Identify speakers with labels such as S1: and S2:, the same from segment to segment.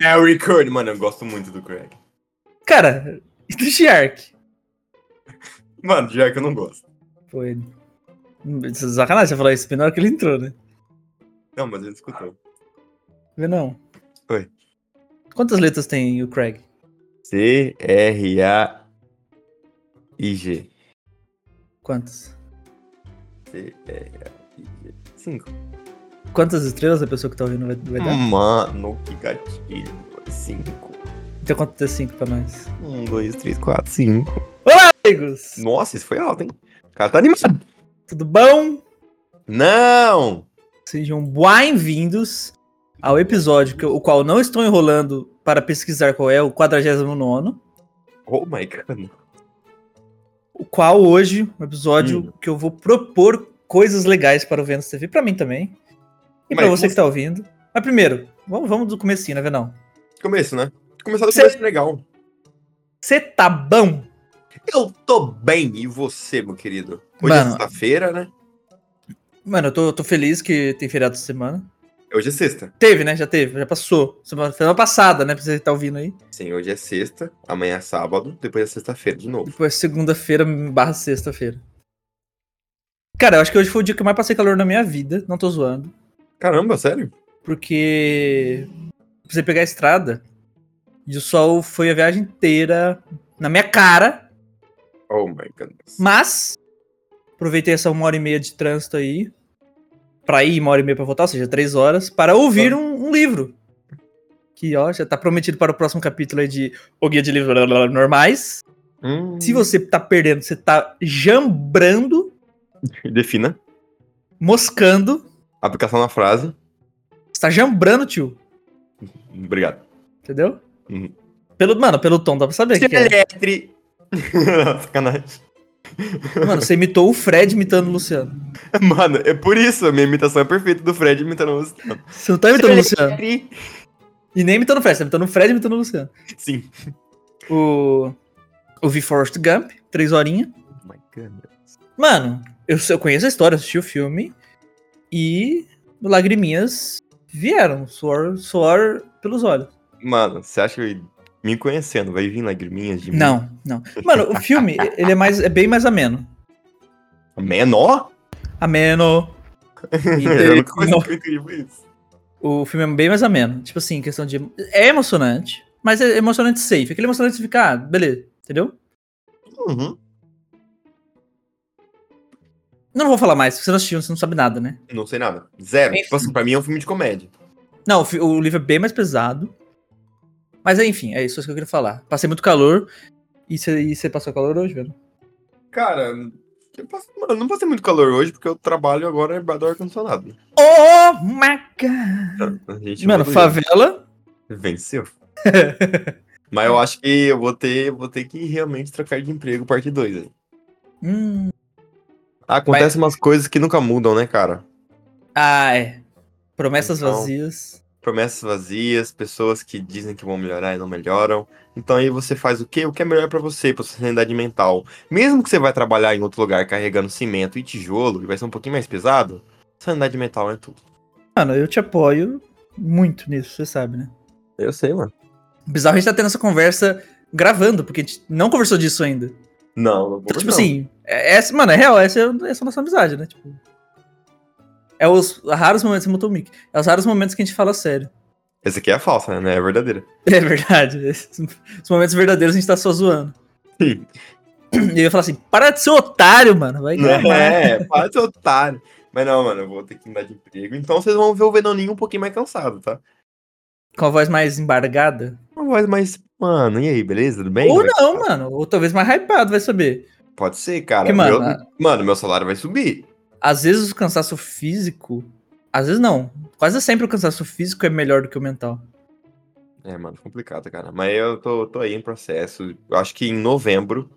S1: É o Rick Curry, mano, eu gosto muito do Craig.
S2: Cara, e do Shark?
S1: Mano, já que eu não gosto.
S2: Foi. Sacanagem você falar isso bem na hora que ele entrou, né?
S1: Não, mas ele escutou.
S2: Vê não.
S1: Oi.
S2: Quantas letras tem o Craig?
S1: C-R-A-I-G.
S2: Quantas?
S1: C-R-A-I-G. Cinco.
S2: Quantas estrelas a pessoa que tá ouvindo vai, vai dar?
S1: Mano, que gatilho. Cinco.
S2: Então conta 5 pra nós.
S1: Um, dois, três, quatro, cinco.
S2: Amigos,
S1: Nossa, isso foi alto, hein? O cara tá animado.
S2: tudo bom?
S1: Não!
S2: Sejam bem-vindos ao episódio que, o qual não estou enrolando para pesquisar qual é, o 49
S1: Oh my god.
S2: o qual hoje, um episódio que eu vou propor coisas legais para o Vênus TV, para mim também, e para
S1: Mas
S2: você que tá ouvindo. Mas primeiro, vamos, vamos do comecinho, né, Venão?
S1: Começo, né? Começar do
S2: Cê-
S1: começo legal.
S2: Você tá bom?
S1: Eu tô bem, e você, meu querido? Hoje é
S2: Mano.
S1: sexta-feira, né?
S2: Mano, eu tô, eu tô feliz que tem feriado essa semana.
S1: Hoje é sexta.
S2: Teve, né? Já teve, já passou. Semana, semana passada, né? Pra você que tá ouvindo aí.
S1: Sim, hoje é sexta, amanhã é sábado, depois é sexta-feira de novo.
S2: Depois segunda-feira barra sexta-feira. Cara, eu acho que hoje foi o dia que eu mais passei calor na minha vida, não tô zoando.
S1: Caramba, sério?
S2: Porque pra você pegar a estrada, e o sol foi a viagem inteira na minha cara,
S1: Oh my goodness.
S2: mas aproveitei essa uma hora e meia de trânsito aí, pra ir uma hora e meia pra voltar, ou seja, três horas, para ouvir um, um livro. Que, ó, já tá prometido para o próximo capítulo aí de O Guia de Livros Normais.
S1: Hum,
S2: Se você tá perdendo, você tá jambrando
S1: Defina.
S2: moscando.
S1: Aplicação na frase.
S2: Você tá jambrando, tio.
S1: Obrigado.
S2: Entendeu?
S1: Uhum.
S2: Pelo, mano, pelo tom dá pra saber. Que que é.
S1: Eletri. Sacanagem.
S2: Mano, você imitou o Fred imitando o Luciano.
S1: Mano, é por isso. A minha imitação é perfeita do Fred imitando o Luciano.
S2: Você não tá imitando o Luciano.
S1: Eletri.
S2: E nem imitando o Fred, você tá imitando o Fred e imitando o Luciano.
S1: Sim.
S2: O. Eu vi Forrest Gump, três horinhas.
S1: Oh my goodness.
S2: Mano, eu, eu conheço a história, eu assisti o filme. E. Lagriminhas vieram. Suor, suor pelos olhos.
S1: Mano, você acha que me conhecendo vai vir lagriminhas de mim?
S2: Não, não. Mano, o filme, ele é, mais, é bem mais ameno.
S1: Menor?
S2: Ameno.
S1: Eu nunca
S2: Não.
S1: conheci incrível isso.
S2: O filme é bem mais ameno. Tipo assim, questão de. É emocionante, mas é emocionante safe. Aquele emocionante que fica, ah, beleza, entendeu?
S1: Uhum.
S2: Não, não vou falar mais, se você não assistiu, você não sabe nada, né?
S1: Não sei nada. Zero.
S2: Enfim.
S1: Tipo assim, pra mim é um filme de comédia.
S2: Não, o, fi- o livro é bem mais pesado. Mas é, enfim, é isso que eu queria falar. Passei muito calor. E você e você passou calor hoje, velho?
S1: Cara, eu passo- mano, eu não passei muito calor hoje porque eu trabalho agora embaixo do ar-condicionado.
S2: Oh my god!
S1: A gente
S2: Mano,
S1: muda o jeito.
S2: favela.
S1: Venceu. Mas eu acho que eu vou ter, vou ter que realmente trocar de emprego, parte 2.
S2: Hum.
S1: Acontecem umas coisas que nunca mudam, né, cara?
S2: Ah, é. Promessas
S1: Então.
S2: vazias.
S1: Promessas vazias, pessoas que dizem que vão melhorar e não melhoram. Então aí você faz o quê? O que é melhor pra você, pra sua sanidade mental. Mesmo que você vai trabalhar em outro lugar carregando cimento e tijolo, e vai ser um pouquinho mais pesado, sanidade mental é tudo.
S2: Mano, eu te apoio muito nisso, você sabe, né?
S1: Eu sei, mano.
S2: Bizarro a gente tá tendo essa conversa gravando, porque a gente não conversou disso ainda.
S1: Não, não
S2: Então, tipo assim, é- essa, mano, é real, essa é, essa é a nossa amizade, né? Tipo, é os raros momentos, você mutou o mic, é os raros momentos que a gente fala sério.
S1: Essa aqui é a falsa, né? Não É a verdadeira.
S2: É verdade, esses- os momentos verdadeiros a gente tá só zoando.
S1: Sim.
S2: E eu ia falar assim, para de ser otário, mano, vai gravar.
S1: É, para de ser otário. Mas não, mano, eu vou ter que mudar de emprego. Então vocês vão ver o Venoninho um pouquinho mais cansado, tá?
S2: Com a voz mais embargada.
S1: Uma voz mais. Mano, e aí, beleza? Tudo bem?
S2: ou
S1: Como é que
S2: não,
S1: tá?
S2: mano, ou talvez mais hypado, vai saber.
S1: Pode ser, cara.
S2: Porque, mano, né?
S1: Meu-
S2: a-
S1: Mano, meu salário vai subir.
S2: às vezes o cansaço físico, às vezes não, quase sempre o cansaço físico é melhor do que o mental.
S1: É, mano, complicado, cara. Mas eu tô, tô aí em processo. Eu acho que em novembro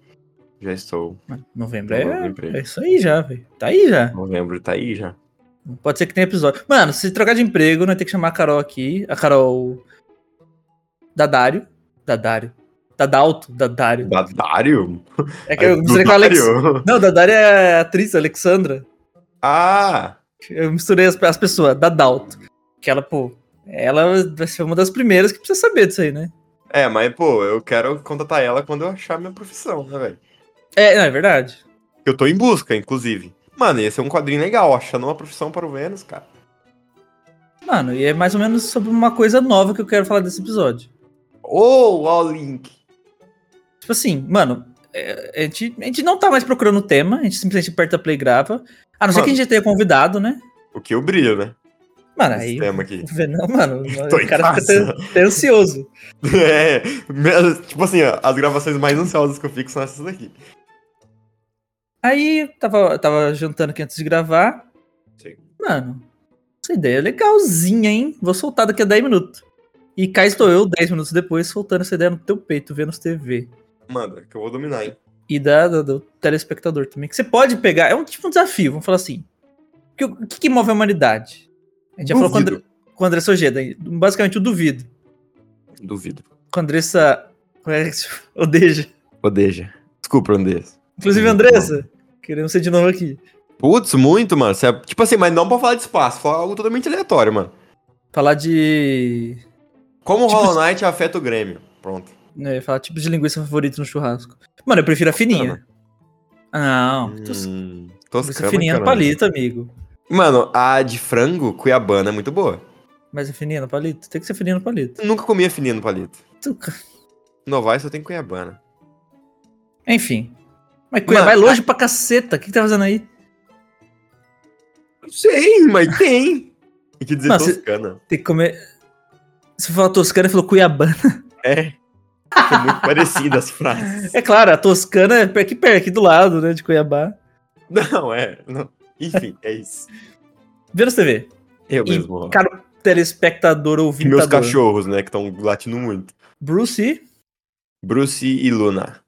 S1: já estou.
S2: Mano, novembro
S1: Novembro é
S2: é,
S1: emprego.
S2: é isso aí já, velho, tá aí já.
S1: Novembro tá aí já.
S2: Pode ser que tenha episódio. Mano, se trocar de emprego, nós temos que chamar a Carol aqui. A Carol. Dadário. Dadário. Dadalto. Dadário.
S1: Dadário?
S2: É que eu misturei com a Alex...
S1: Dadário?
S2: Não, Dadário é a atriz, a Alexandra.
S1: Ah!
S2: Eu misturei as, as pessoas. Dadalto. Que ela, pô, Ela vai ser uma das primeiras que precisa saber disso aí, né?
S1: É, mas, pô, eu quero contratar ela quando eu achar minha profissão, né, velho?
S2: É, não, é verdade.
S1: Eu tô em busca, inclusive. Mano, ia ser um quadrinho legal, achando uma profissão para o Vênus, cara.
S2: Mano, e é mais ou menos sobre uma coisa nova que eu quero falar desse episódio.
S1: Ô, oh, o Link!
S2: Tipo assim, mano, é, a gente, a gente não tá mais procurando o tema, a gente simplesmente aperta play e grava. A não ser
S1: Mano.
S2: que a gente tenha convidado, né?
S1: O que eu brilho, né?
S2: Mano,
S1: Esse
S2: Tá aí.
S1: tema aqui.
S2: Não, mano,
S1: Tô
S2: o
S1: em
S2: cara
S1: casa.
S2: fica até, até ansioso.
S1: É, me- tipo assim, ó, as gravações mais ansiosas que eu fico são essas daqui.
S2: Aí, tava, tava jantando aqui antes de gravar.
S1: Sim.
S2: Mano, essa ideia é legalzinha, hein? Vou soltar daqui a 10 minutos. E cá estou eu, 10 minutos depois, soltando essa ideia no teu peito, Vênus TV.
S1: Manda, que eu vou dominar, hein?
S2: E da, da- do telespectador também. Que você pode pegar. É um tipo um desafio, vamos falar assim. Que O o que, que move a humanidade? A gente já falou com o André,
S1: Duvido.
S2: com o André Sojeda. Basicamente, o duvido.
S1: Duvido.
S2: com a Andressa. Como é que se- Odeja.
S1: Odeja. Desculpa, Andressa.
S2: Inclusive,
S1: Muito
S2: Andressa, queremos ser de novo aqui.
S1: Putz, muito, mano. Cê- tipo assim, mas não pra falar de espaço, falar algo totalmente aleatório, mano.
S2: Falar de.
S1: Como o
S2: Tipo
S1: Hollow Knight afeta o Grêmio. Pronto.
S2: Né, falar tipos de linguiça favorito no churrasco. Mano, eu prefiro a fininha. Ah, não. Tos-
S1: Hum,
S2: Linguiça
S1: toscana,
S2: fininha no
S1: caramba.
S2: palito, amigo.
S1: Mano, a de frango cuiabana é muito boa.
S2: Mas é fininha no palito? Tem que ser fininha no palito.
S1: Nunca comia fininha no palito.
S2: Tu ca-
S1: Em Novaes só tem né? cuiabana.
S2: Enfim. Mas Cuiabá vai
S1: Mano,
S2: longe pra caceta. O que, que tá fazendo aí?
S1: Não sei, mas tem. Tem que dizer
S2: Não, cê-
S1: toscana.
S2: Tem que comer. Você falou toscana e falou cuiabana.
S1: É. São muito parecidas as frases.
S2: É claro, a toscana é aqui perto, aqui do lado, né? De Cuiabá.
S1: Não, é. não. Enfim, é isso.
S2: Vênus TV.
S1: Eu
S2: E,
S1: mesmo. ó.
S2: caro telespectador
S1: E
S2: ouvindo.
S1: meus cachorros, né, que estão latindo muito.
S2: Bruce e
S1: Bruce e Luna.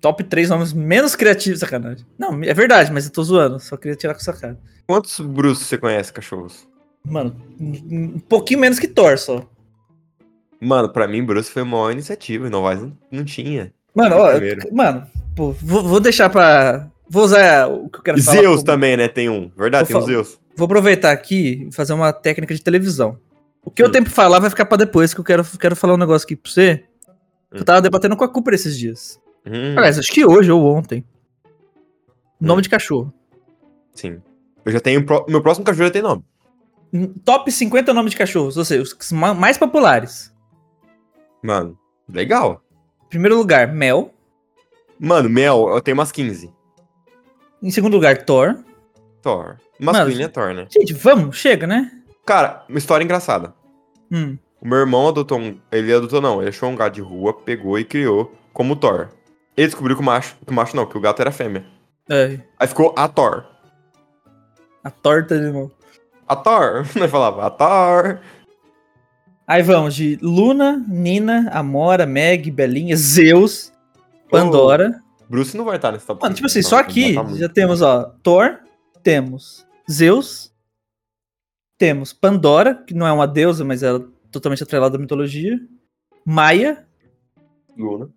S2: Top 3 nomes menos criativos, sacanagem. Não, é verdade, mas eu tô zoando. Só queria tirar com essa cara.
S1: Quantos Bruce você conhece, cachorros?
S2: Mano, um um pouquinho menos que Thor, só.
S1: Mano, pra mim, Bruce foi uma maior iniciativa. Em Novaes não, não tinha.
S2: Mano,
S1: É o
S2: ó.
S1: primeiro.
S2: eu- Mano, pô, vou, vou deixar pra. Vou usar o que eu quero
S1: E
S2: falar.
S1: Zeus
S2: como-
S1: também, né? Tem um. Verdade,
S2: Vou
S1: tem um
S2: falar.
S1: Zeus.
S2: Vou aproveitar aqui e fazer uma técnica de televisão. O que eu
S1: Hum.
S2: tenho pra falar vai ficar pra depois, que eu quero, quero falar um negócio aqui pra você. que
S1: Hum.
S2: Eu tava debatendo com a Cooper esses dias.
S1: Hum, É.
S2: Aliás, acho que hoje ou ontem. Nome de cachorro.
S1: sim. Eu já tenho. pro- Meu próximo cachorro já tem nome.
S2: Top 50 nomes de cachorros, ou seja, os que são ma- mais populares.
S1: Mano, legal.
S2: Primeiro lugar, Mel.
S1: Mano, Mel, eu tenho umas 15.
S2: Em segundo lugar, Thor.
S1: Thor. Masculino é Thor, né?
S2: Gente, vamos, chega, né?
S1: Cara, uma história engraçada.
S2: Hum.
S1: O meu irmão adotou um. Ele adotou, não. Ele achou um gato de rua, pegou e criou como Thor. Ele descobriu que o macho. Que o macho não, que o gato era fêmea.
S2: É,
S1: Aí ficou a Thor.
S2: a torta de mão.
S1: A Thor. Nós falava, a Thor.
S2: Aí vamos de Luna, Nina, Amora, Meg, Belinha, Zeus, Pandora.
S1: Bruce não vai estar nesse top
S2: Mano,
S1: 15,
S2: tipo assim,
S1: não,
S2: só
S1: ele vai
S2: aqui
S1: estar muito.
S2: já temos, ó, Thor, temos Zeus, temos Pandora, que não é uma deusa, mas ela é totalmente atrelada à mitologia, Maia,
S1: Luna.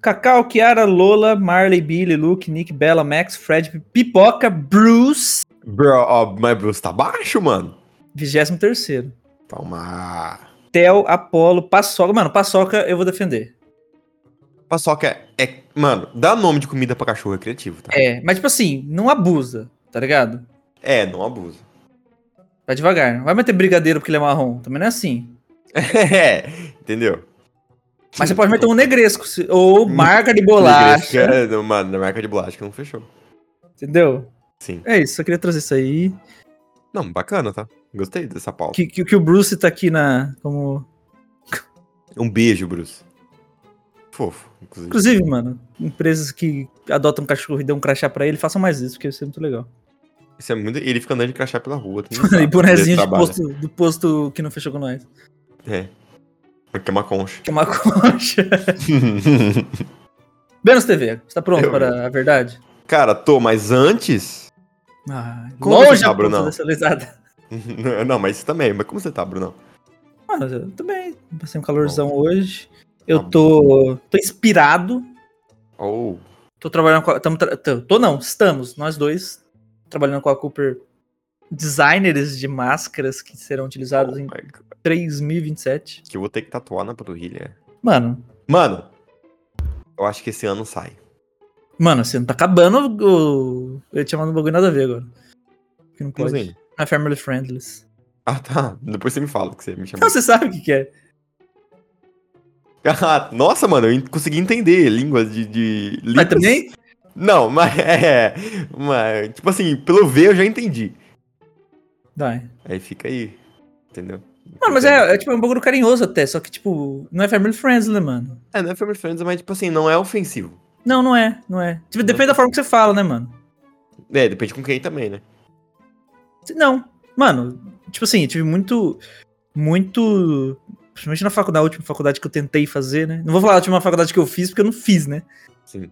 S2: Cacau, Kiara, Lola, Marley, Billy, Luke, Nick, Bella, Max, Fred, Pipoca, Bruce,
S1: Bro, ó, mas Bruce tá baixo, mano.
S2: 23º.
S1: Toma.
S2: Tel, Apolo, Paçoca. Mano, Paçoca eu vou defender.
S1: Paçoca é, é. Mano, dá nome de comida pra cachorro é criativo, tá?
S2: É, mas tipo assim, não abusa, tá ligado?
S1: É, não abusa.
S2: Vai devagar. Não vai meter brigadeiro porque ele é marrom. Também não é assim.
S1: É, entendeu?
S2: Mas você pode meter um negresco, se- ou
S1: Um
S2: marca de bolacha.
S1: Negresca, não, é, Mano, na marca de bolacha que não fechou.
S2: Entendeu?
S1: é. Sim.
S2: É isso, só queria trazer isso aí.
S1: Não, bacana, tá? Gostei dessa pauta.
S2: Que, que, que o Bruce tá aqui na. Como.
S1: Um beijo, Bruce. Fofo, inclusive.
S2: Inclusive, mano, empresas que adotam cachorro e dão um crachá pra ele, façam mais isso, porque isso é muito legal.
S1: Isso é muito... Ele fica andando de crachá pela rua. tu não
S2: e
S1: sabe
S2: bonezinho
S1: onde
S2: de
S1: ele trabalha.
S2: posto, do posto que não fechou com nós.
S1: Porque é uma concha.
S2: Que é uma concha. Benos TV, você tá pronto
S1: Eu-
S2: para a verdade?
S1: Cara, tô, mas antes...
S2: Ah,
S1: Como
S2: longe
S1: você tá,
S2: a ponta
S1: Brunão?
S2: dessa lesada.
S1: não, mas isso também. Mas como você tá, Bruno?
S2: Mano, eu tô bem. Passei um calorzão hoje. Eu
S1: Tá
S2: tô, tô inspirado.
S1: Ou...
S2: Tô trabalhando com a... tamo tra- tô- Tô não, estamos, nós dois, trabalhando com a Cooper designers de máscaras que serão utilizados
S1: Oh
S2: em
S1: my God.
S2: 3027.
S1: Que eu vou ter que tatuar na panturrilha.
S2: Mano,
S1: Mano, eu acho que esse ano sai.
S2: mano, você não tá acabando o. Eu ia te chamar um bagulho nada a ver agora. Que não
S1: Como
S2: pode.
S1: assim?
S2: Não é Family Friendless.
S1: Ah, tá. Depois você me fala que você me chamou.
S2: Não, você sabe o que, que é.
S1: Ah, Nossa, mano, eu en- consegui entender línguas de. de
S2: Mas
S1: línguas.
S2: também.
S1: Não, mas é. Mas, tipo assim, pelo ver eu já entendi.
S2: Vai.
S1: Aí fica aí. Entendeu?
S2: Mano, mas é, é tipo é um bagulho carinhoso até, só que, tipo, não é family friends, né, mano?
S1: É, não é Family Friends, mas, tipo assim, não é ofensivo.
S2: Não, não é, não é. Tipo, depende da forma que você fala, né, mano?
S1: É, depende com quem também, né?
S2: Não. Mano, tipo assim, eu tive muito. Muito. Principalmente na faculdade, a última faculdade que eu tentei fazer, né? Não vou falar a última faculdade que eu fiz, porque eu não fiz, né?
S1: Sim.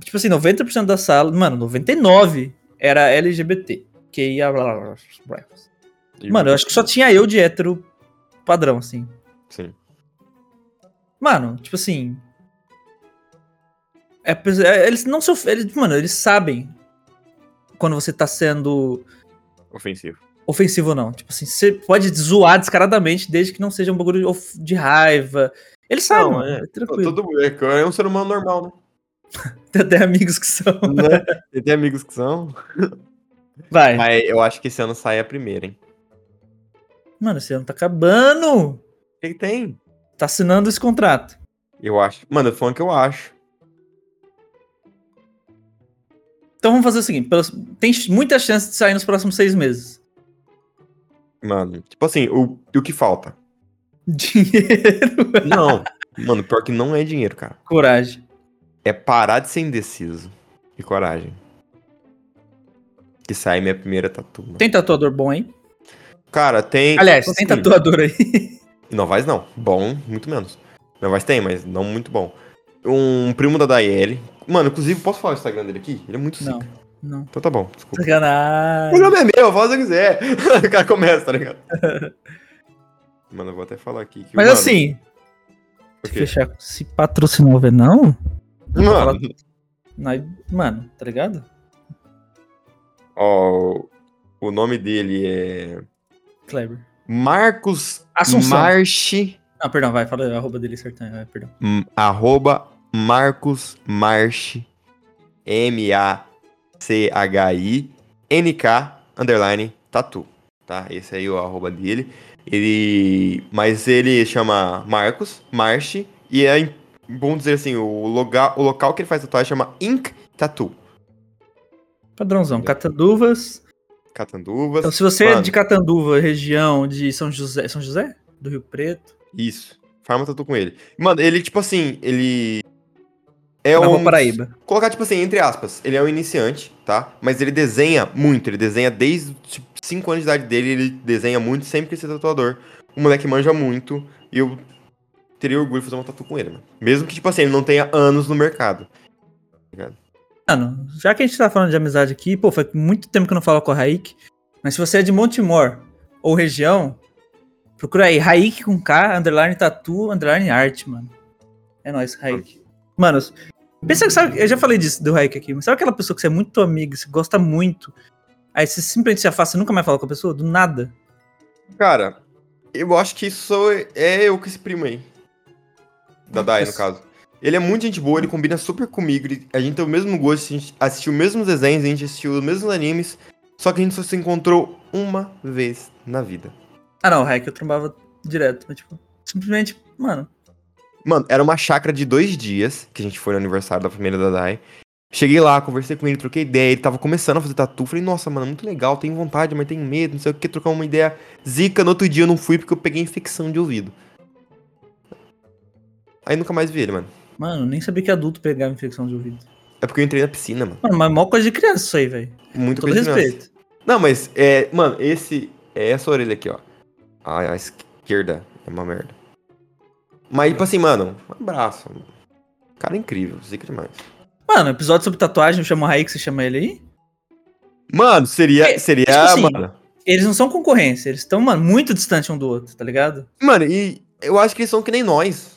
S2: Tipo assim, 90% da sala. Mano, 99% era LGBT. Que ia. blá, blá, blá, blá.
S1: E-
S2: Mano, eu acho que só tinha eu de hétero padrão, assim.
S1: Sim.
S2: Mano, tipo assim. é pes- é- eles não se. of- Eles, mano, eles sabem quando você tá sendo
S1: Ofensivo.
S2: ofensivo ou não. Tipo assim, você pode zoar descaradamente desde que não seja um bagulho de of- de raiva. Eles sabem,
S1: Não,
S2: mano,
S1: é.
S2: é,
S1: Pô,
S2: tranquilo.
S1: Todo mundo é, é um ser humano normal, né?
S2: Tem até amigos que são.
S1: né? Você Tem amigos que são.
S2: Vai.
S1: É. Mas eu acho que esse ano sai a primeira, hein?
S2: Mano, esse ano tá acabando.
S1: O que que tem?
S2: Tá assinando esse contrato.
S1: Eu acho. Mano, eu tô falando que eu acho.
S2: Então vamos fazer o seguinte: pelas- tem ch- muita chance de sair nos próximos seis meses.
S1: Mano, tipo assim, o, o que falta?
S2: Dinheiro.
S1: Não. Mano, pior que não é dinheiro, cara.
S2: Coragem.
S1: É parar de ser indeciso. E coragem. Que sai minha primeira tatu. mano.
S2: Tem tatuador bom aí?
S1: Cara, tem.
S2: Aliás,
S1: tipo
S2: tem
S1: assim,
S2: tatuador aí.
S1: Novais não. Bom, muito menos. Novais tem, mas não muito bom. Um primo da Daiele. Mano, inclusive, posso falar o Instagram dele aqui? Ele é muito
S2: Não,
S1: simples.
S2: não.
S1: Então tá bom, desculpa. O
S2: Sacanagem.
S1: programa é meu, fala o que você quiser. o cara começa, tá ligado? Mano, eu vou até falar aqui. que,
S2: Mas
S1: mano,
S2: assim,
S1: o
S2: se
S1: quê?
S2: fechar, se patrocinou o Venão,
S1: Mano,
S2: nós- mano, tá ligado?
S1: ó, o- o nome dele é
S2: Kleber.
S1: Marcos
S2: Assunção.
S1: Marche
S2: Ah, perdão, vai, fala a arroba dele certinho, vai, perdão.
S1: M- arroba Marcos Marchi, M-A-C-H-I-N-K, underline, tatu, tá? Esse aí é o arroba dele. Ele... Mas ele chama Marcos Marchi e é, em- bom dizer assim, o, loga, o local que ele faz tatuagem chama Ink Tattoo.
S2: Padrãozão, Catanduvas.
S1: Catanduvas.
S2: Então, se você é
S1: Mano.
S2: de Catanduva, região de São José, São José? Do Rio Preto?
S1: Isso. Farma tatu com ele. Mano, ele, tipo assim, ele... É
S2: na Rua
S1: um
S2: Paraíba.
S1: Colocar, tipo assim, entre aspas, ele é um iniciante, tá? Mas ele desenha muito, ele desenha desde 5 anos de idade dele, ele desenha muito, sempre que ser tatuador. O moleque manja muito, e eu teria orgulho de fazer uma tatu com ele, mano. Mesmo que, tipo assim, ele não tenha anos no mercado.
S2: Mano, já que a gente tá falando de amizade aqui, pô, foi muito tempo que eu não falo com a Raik, mas se você é de Montemor ou região, procura aí, Raik com K, underline tatu, underline arte, mano. É nóis, Raik. Mano, pensa que sabe, eu já falei disso do Raik aqui, mas sabe aquela pessoa que você é muito amigo, você gosta muito, aí você simplesmente se afasta e nunca mais fala com a pessoa? Do nada.
S1: Cara, eu acho que isso é eu com esse primo aí. Da Dai, no
S2: Isso.
S1: caso. Ele é muito gente boa, ele combina super comigo, ele- a gente tem o mesmo gosto, a gente assistiu os mesmos desenhos, a gente assistiu os mesmos animes, só que a gente só se encontrou uma vez na vida.
S2: Ah não, Raik eu trombava direto, mas tipo, simplesmente, mano,
S1: Mano, era uma chácara de dois dias que a gente foi no aniversário da família da Dai. Cheguei lá, conversei com ele, troquei ideia. Ele tava começando a fazer tatu. Falei, nossa, mano, é muito legal, tenho vontade, mas tenho medo, não sei o que. Trocar uma ideia zica. No outro dia eu não fui porque eu peguei infecção de ouvido. Aí nunca mais vi ele, mano.
S2: mano, nem sabia que adulto pegava infecção de ouvido.
S1: É porque eu entrei na piscina, mano.
S2: Mano, mas mó coisa de criança isso aí, velho.
S1: Muito
S2: Todo
S1: coisa de criança.
S2: respeito.
S1: Não, mas, é, mano, esse. É essa orelha aqui, ó. A, a esquerda é uma merda. Mas, tipo assim, mano, um abraço. Mano. Cara incrível, zica demais.
S2: Mano, episódio sobre tatuagem, eu chamo o Raí, que você chama ele aí.
S1: Mano,
S2: É,
S1: seria. Seria.
S2: tipo assim,
S1: mano.
S2: Eles não são concorrência, eles estão, mano, muito distante um do outro, tá ligado?
S1: Mano, e eu acho que eles são que nem nós.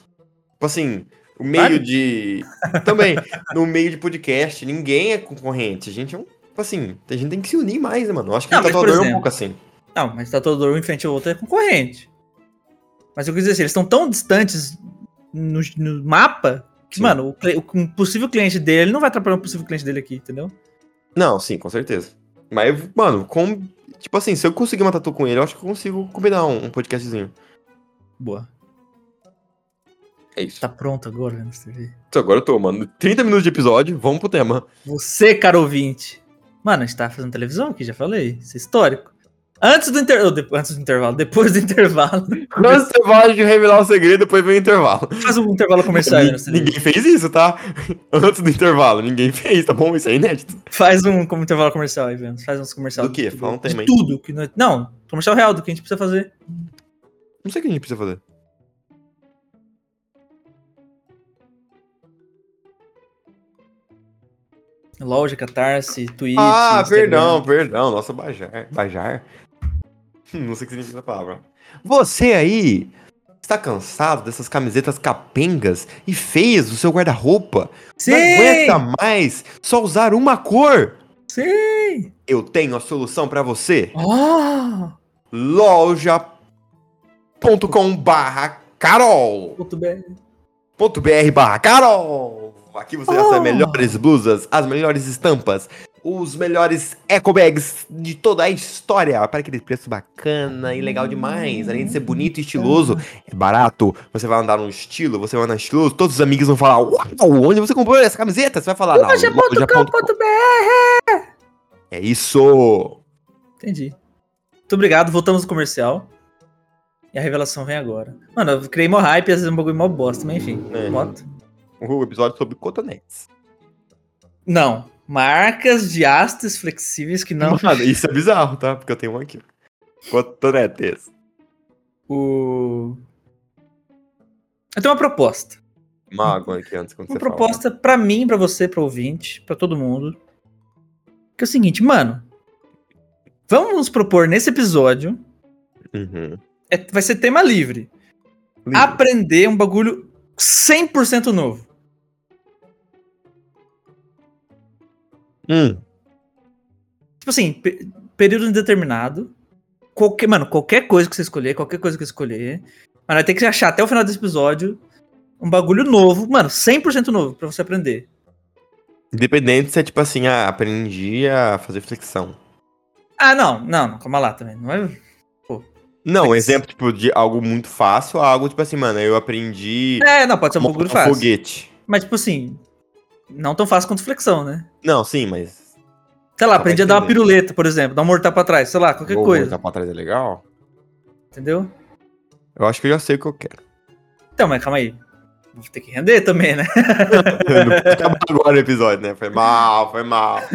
S1: Tipo assim, o meio
S2: Sabe?
S1: de. Também, no meio de podcast, ninguém é concorrente. A gente é um Tipo assim, a gente tem que se unir mais, né, mano? Eu acho que
S2: Não,
S1: o
S2: mas, por
S1: tatuador é um
S2: exemplo,
S1: pouco assim.
S2: Não, mas Tatuador um em frente ao outro é concorrente. Mas eu quis dizer assim, eles estão tão distantes no, no mapa que,
S1: Sim.
S2: mano, o, cli- o- um possível cliente dele não vai atrapalhar um possível cliente dele aqui, entendeu?
S1: Não, sim, com certeza. Mas, mano, com... tipo assim, se eu conseguir uma tatu com ele, eu acho que eu consigo combinar um, um podcastzinho.
S2: Boa.
S1: É isso.
S2: Tá pronto agora, Leandro TV.
S1: Então, Agora eu tô, mano. 30 minutos de episódio, vamos pro tema.
S2: Você, caro ouvinte. Mano, a gente tá fazendo televisão aqui, já falei. Isso é histórico. Antes do, inter... ou depois- antes do intervalo, depois do intervalo.
S1: Antes você vai de revelar o segredo, depois vem o intervalo.
S2: Faz um intervalo comercial aí,
S1: Ni-
S2: Leandro TV.
S1: ninguém fez isso, tá? Antes do intervalo, ninguém fez, tá bom? Isso é inédito.
S2: Faz um como intervalo comercial aí, Leandro. Faz uns comercial.
S1: Do quê?
S2: De,
S1: Fala um tema
S2: de
S1: aí.
S2: tudo. Que nós- Não, comercial real, do que a gente precisa fazer.
S1: Não sei o que a gente precisa fazer.
S2: Loja, Catarse, Twitch.
S1: ah,
S2: Instagram.
S1: perdão, perdão. Nossa, Bajar. Bajar? Hum, Não sei o que significa a palavra. Você aí está cansado dessas camisetas capengas e feias do seu guarda-roupa? Não
S2: Sim!
S1: aguenta mais só usar uma cor?
S2: Sim!
S1: Eu tenho a solução pra você.
S2: Ah!
S1: loja.com barra carol
S2: Muito bem.
S1: ponto .br barra carol aqui você acha
S2: Oh.
S1: as melhores blusas as melhores estampas os melhores eco bags de toda a história para aquele preço bacana e legal demais além de ser bonito e estiloso é barato você vai andar num estilo você vai andar estiloso todos os amigos vão falar uau onde você comprou essa camiseta você vai falar na loja.com
S2: Loja.com.br.
S1: é isso
S2: Entendi. Muito obrigado, voltamos ao comercial. E a revelação vem agora. Mano, eu criei mó hype, às vezes é um bagulho mó bosta, mas enfim.
S1: É.
S2: Moto.
S1: o episódio sobre cotonetes
S2: Não. Marcas de hastes flexíveis que não.
S1: Mano, isso é bizarro tá porque eu tenho um aqui cotonetes
S2: O. Eu tenho uma proposta.
S1: Uma água aqui antes quando
S2: Uma
S1: você
S2: proposta pra mim, pra você, pra ouvinte, pra todo mundo. Que é o seguinte, mano. Vamos nos propor nesse episódio.
S1: fala. Uhum.
S2: é- vai ser tema livre.
S1: Lindo.
S2: Aprender um bagulho 100% novo.
S1: Hum,
S2: Tipo assim, pe- período indeterminado. Qualquer, mano, qualquer coisa que você escolher, qualquer coisa que você escolher. Mano, vai ter que achar até o final desse episódio um bagulho novo, mano, 100% novo pra você aprender.
S1: Independente se é tipo assim, ah, aprendi a fazer flexão.
S2: Ah, não, não, não, calma lá também. Não é.
S1: Não, um
S2: Flex.
S1: exemplo tipo de algo muito fácil, a algo tipo assim, mano, eu aprendi
S2: É, não, pode ser um
S1: a
S2: bagulho
S1: montar
S2: fácil.
S1: foguete.
S2: Mas, tipo assim, não tão fácil quanto flexão, né? Sei lá,
S1: Só vai
S2: aprendi a dar uma
S1: entender.
S2: piruleta, por exemplo, dar um mortal pra trás, sei lá, qualquer
S1: Vou
S2: coisa.
S1: voltar pra trás é legal?
S2: Entendeu?
S1: Eu acho que eu já sei o que eu quero.
S2: Então, mas calma aí. Vou ter que render também, né?
S1: Não precisa acabar agora o episódio, né? Foi mal, foi mal.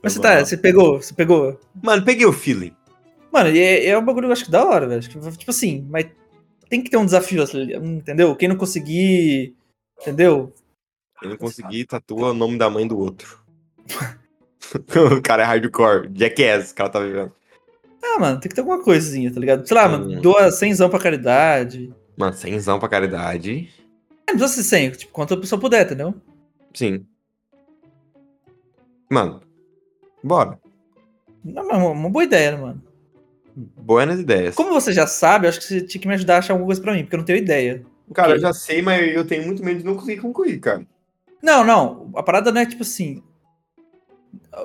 S2: Mas você
S1: Foi
S2: tá,
S1: mal.
S2: você pegou, você pegou.
S1: Mano, peguei o feeling.
S2: Mano, e é, é um bagulho que eu acho que da hora, velho. Acho que, Tipo assim, mas tem que ter um desafio, assim, entendeu? Quem não conseguir, entendeu?
S1: Eu não consegui, tatua o nome da mãe do outro. o cara é hardcore, jackass, o cara tá vivendo.
S2: Ah, mano, tem que ter alguma coisinha, tá ligado? Sei lá, mano,
S1: Hum.
S2: doa 100 pra caridade.
S1: Mano, cenzão pra caridade.
S2: É, não precisa ser 100, tipo, quanto a pessoa puder, entendeu?
S1: Sim. Mano, bora.
S2: Não, mas é uma, uma boa ideia, né, mano?
S1: Hum. Buenas ideias.
S2: Como você já sabe, eu acho que você tinha que me ajudar a achar alguma coisa pra mim, porque eu não tenho ideia. O
S1: Cara, eu
S2: quê?
S1: já sei, mas eu tenho muito medo de não conseguir concluir, cara.
S2: Não, não. A parada não é tipo assim.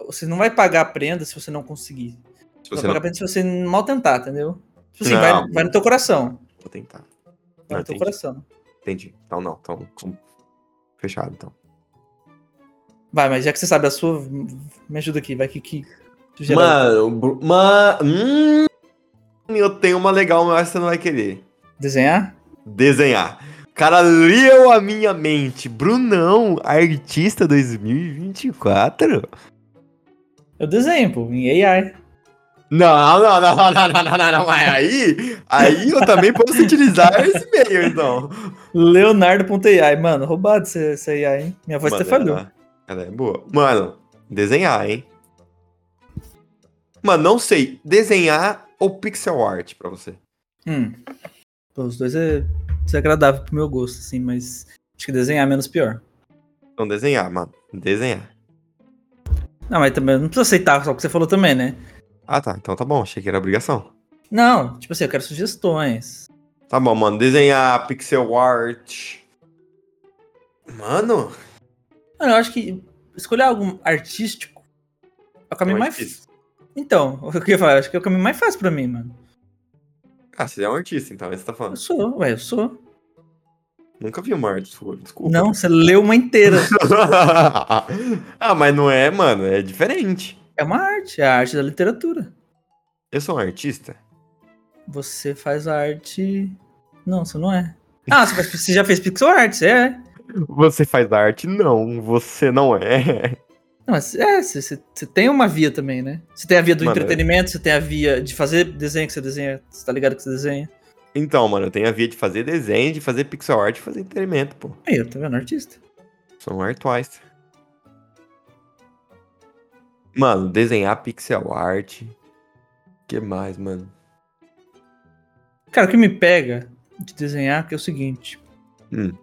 S2: Você não vai pagar a prenda se você não conseguir.
S1: Se
S2: Você vai
S1: você
S2: pagar
S1: Tipo assim, não...
S2: a prenda se você mal tentar, entendeu? Tipo assim,
S1: Não.
S2: vai, vai no teu coração.
S1: Vou tentar.
S2: Vai
S1: Não,
S2: no teu
S1: entendi.
S2: coração.
S1: Entendi. Então não, então... com- Fechado, então.
S2: Vai, mas já que você sabe a sua, me ajuda aqui. Vai que. que tu gera-
S1: Mano, Bru- ma- hum, eu tenho uma legal, mas você não vai querer.
S2: Desenhar?
S1: Desenhar. Cara, leu a minha mente. Brunão, artista 2024.
S2: Eu desenho, pô, em AI.
S1: Não, não, não, não, não, não, não, não, mas aí, aí eu também posso utilizar esse meio, então.
S2: Leonardo.ai. Mano, roubado essa, essa AI, hein? Minha voz até
S1: Mano,
S2: falhou.
S1: Ela, ela é boa. Mano, desenhar, hein? Mano, não sei, desenhar ou pixel art pra você?
S2: Hum. Pô, os dois é desagradável pro meu gosto, assim, mas acho que desenhar é menos pior.
S1: Então, desenhar, mano, desenhar.
S2: Não, mas também não precisa aceitar só o que você falou também, né?
S1: Ah, tá. Então tá bom. Achei que era obrigação.
S2: Não, tipo assim, eu quero sugestões.
S1: Tá bom, mano. Desenhar pixel art. Mano,
S2: Mano, eu acho que escolher algo artístico é o caminho
S1: é
S2: mais.
S1: difícil.
S2: Então, o que eu ia falar, eu acho que é o caminho mais fácil pra mim, mano.
S1: Ah, você é um artista, então. é isso que Você tá
S2: Eu
S1: falando.
S2: sou, ué, eu sou.
S1: Nunca vi uma arte sua. Desculpa.
S2: Não, você leu uma inteira.
S1: ah, mas não é, mano. É diferente.
S2: é uma arte, é a arte da literatura.
S1: Eu sou um artista?
S2: Você faz a arte. Não, você não é. Ah, você, faz- você já fez pixel art, você é.
S1: Você faz arte? Não. Você não é.
S2: Não, mas é, você, você- você tem uma via também, né? Você tem a via do
S1: Mano,
S2: entretenimento, você tem a via de fazer desenho que você desenha, você tá ligado que você desenha.
S1: Então, mano, eu tenho a via de fazer desenho, de fazer pixel art e fazer entretenimento, pô.
S2: Aí, eu tô vendo artista.
S1: Sou um artista. Mano, desenhar pixel art. que mais, mano?
S2: Cara, o que me pega de desenhar que é o seguinte.
S1: Hum.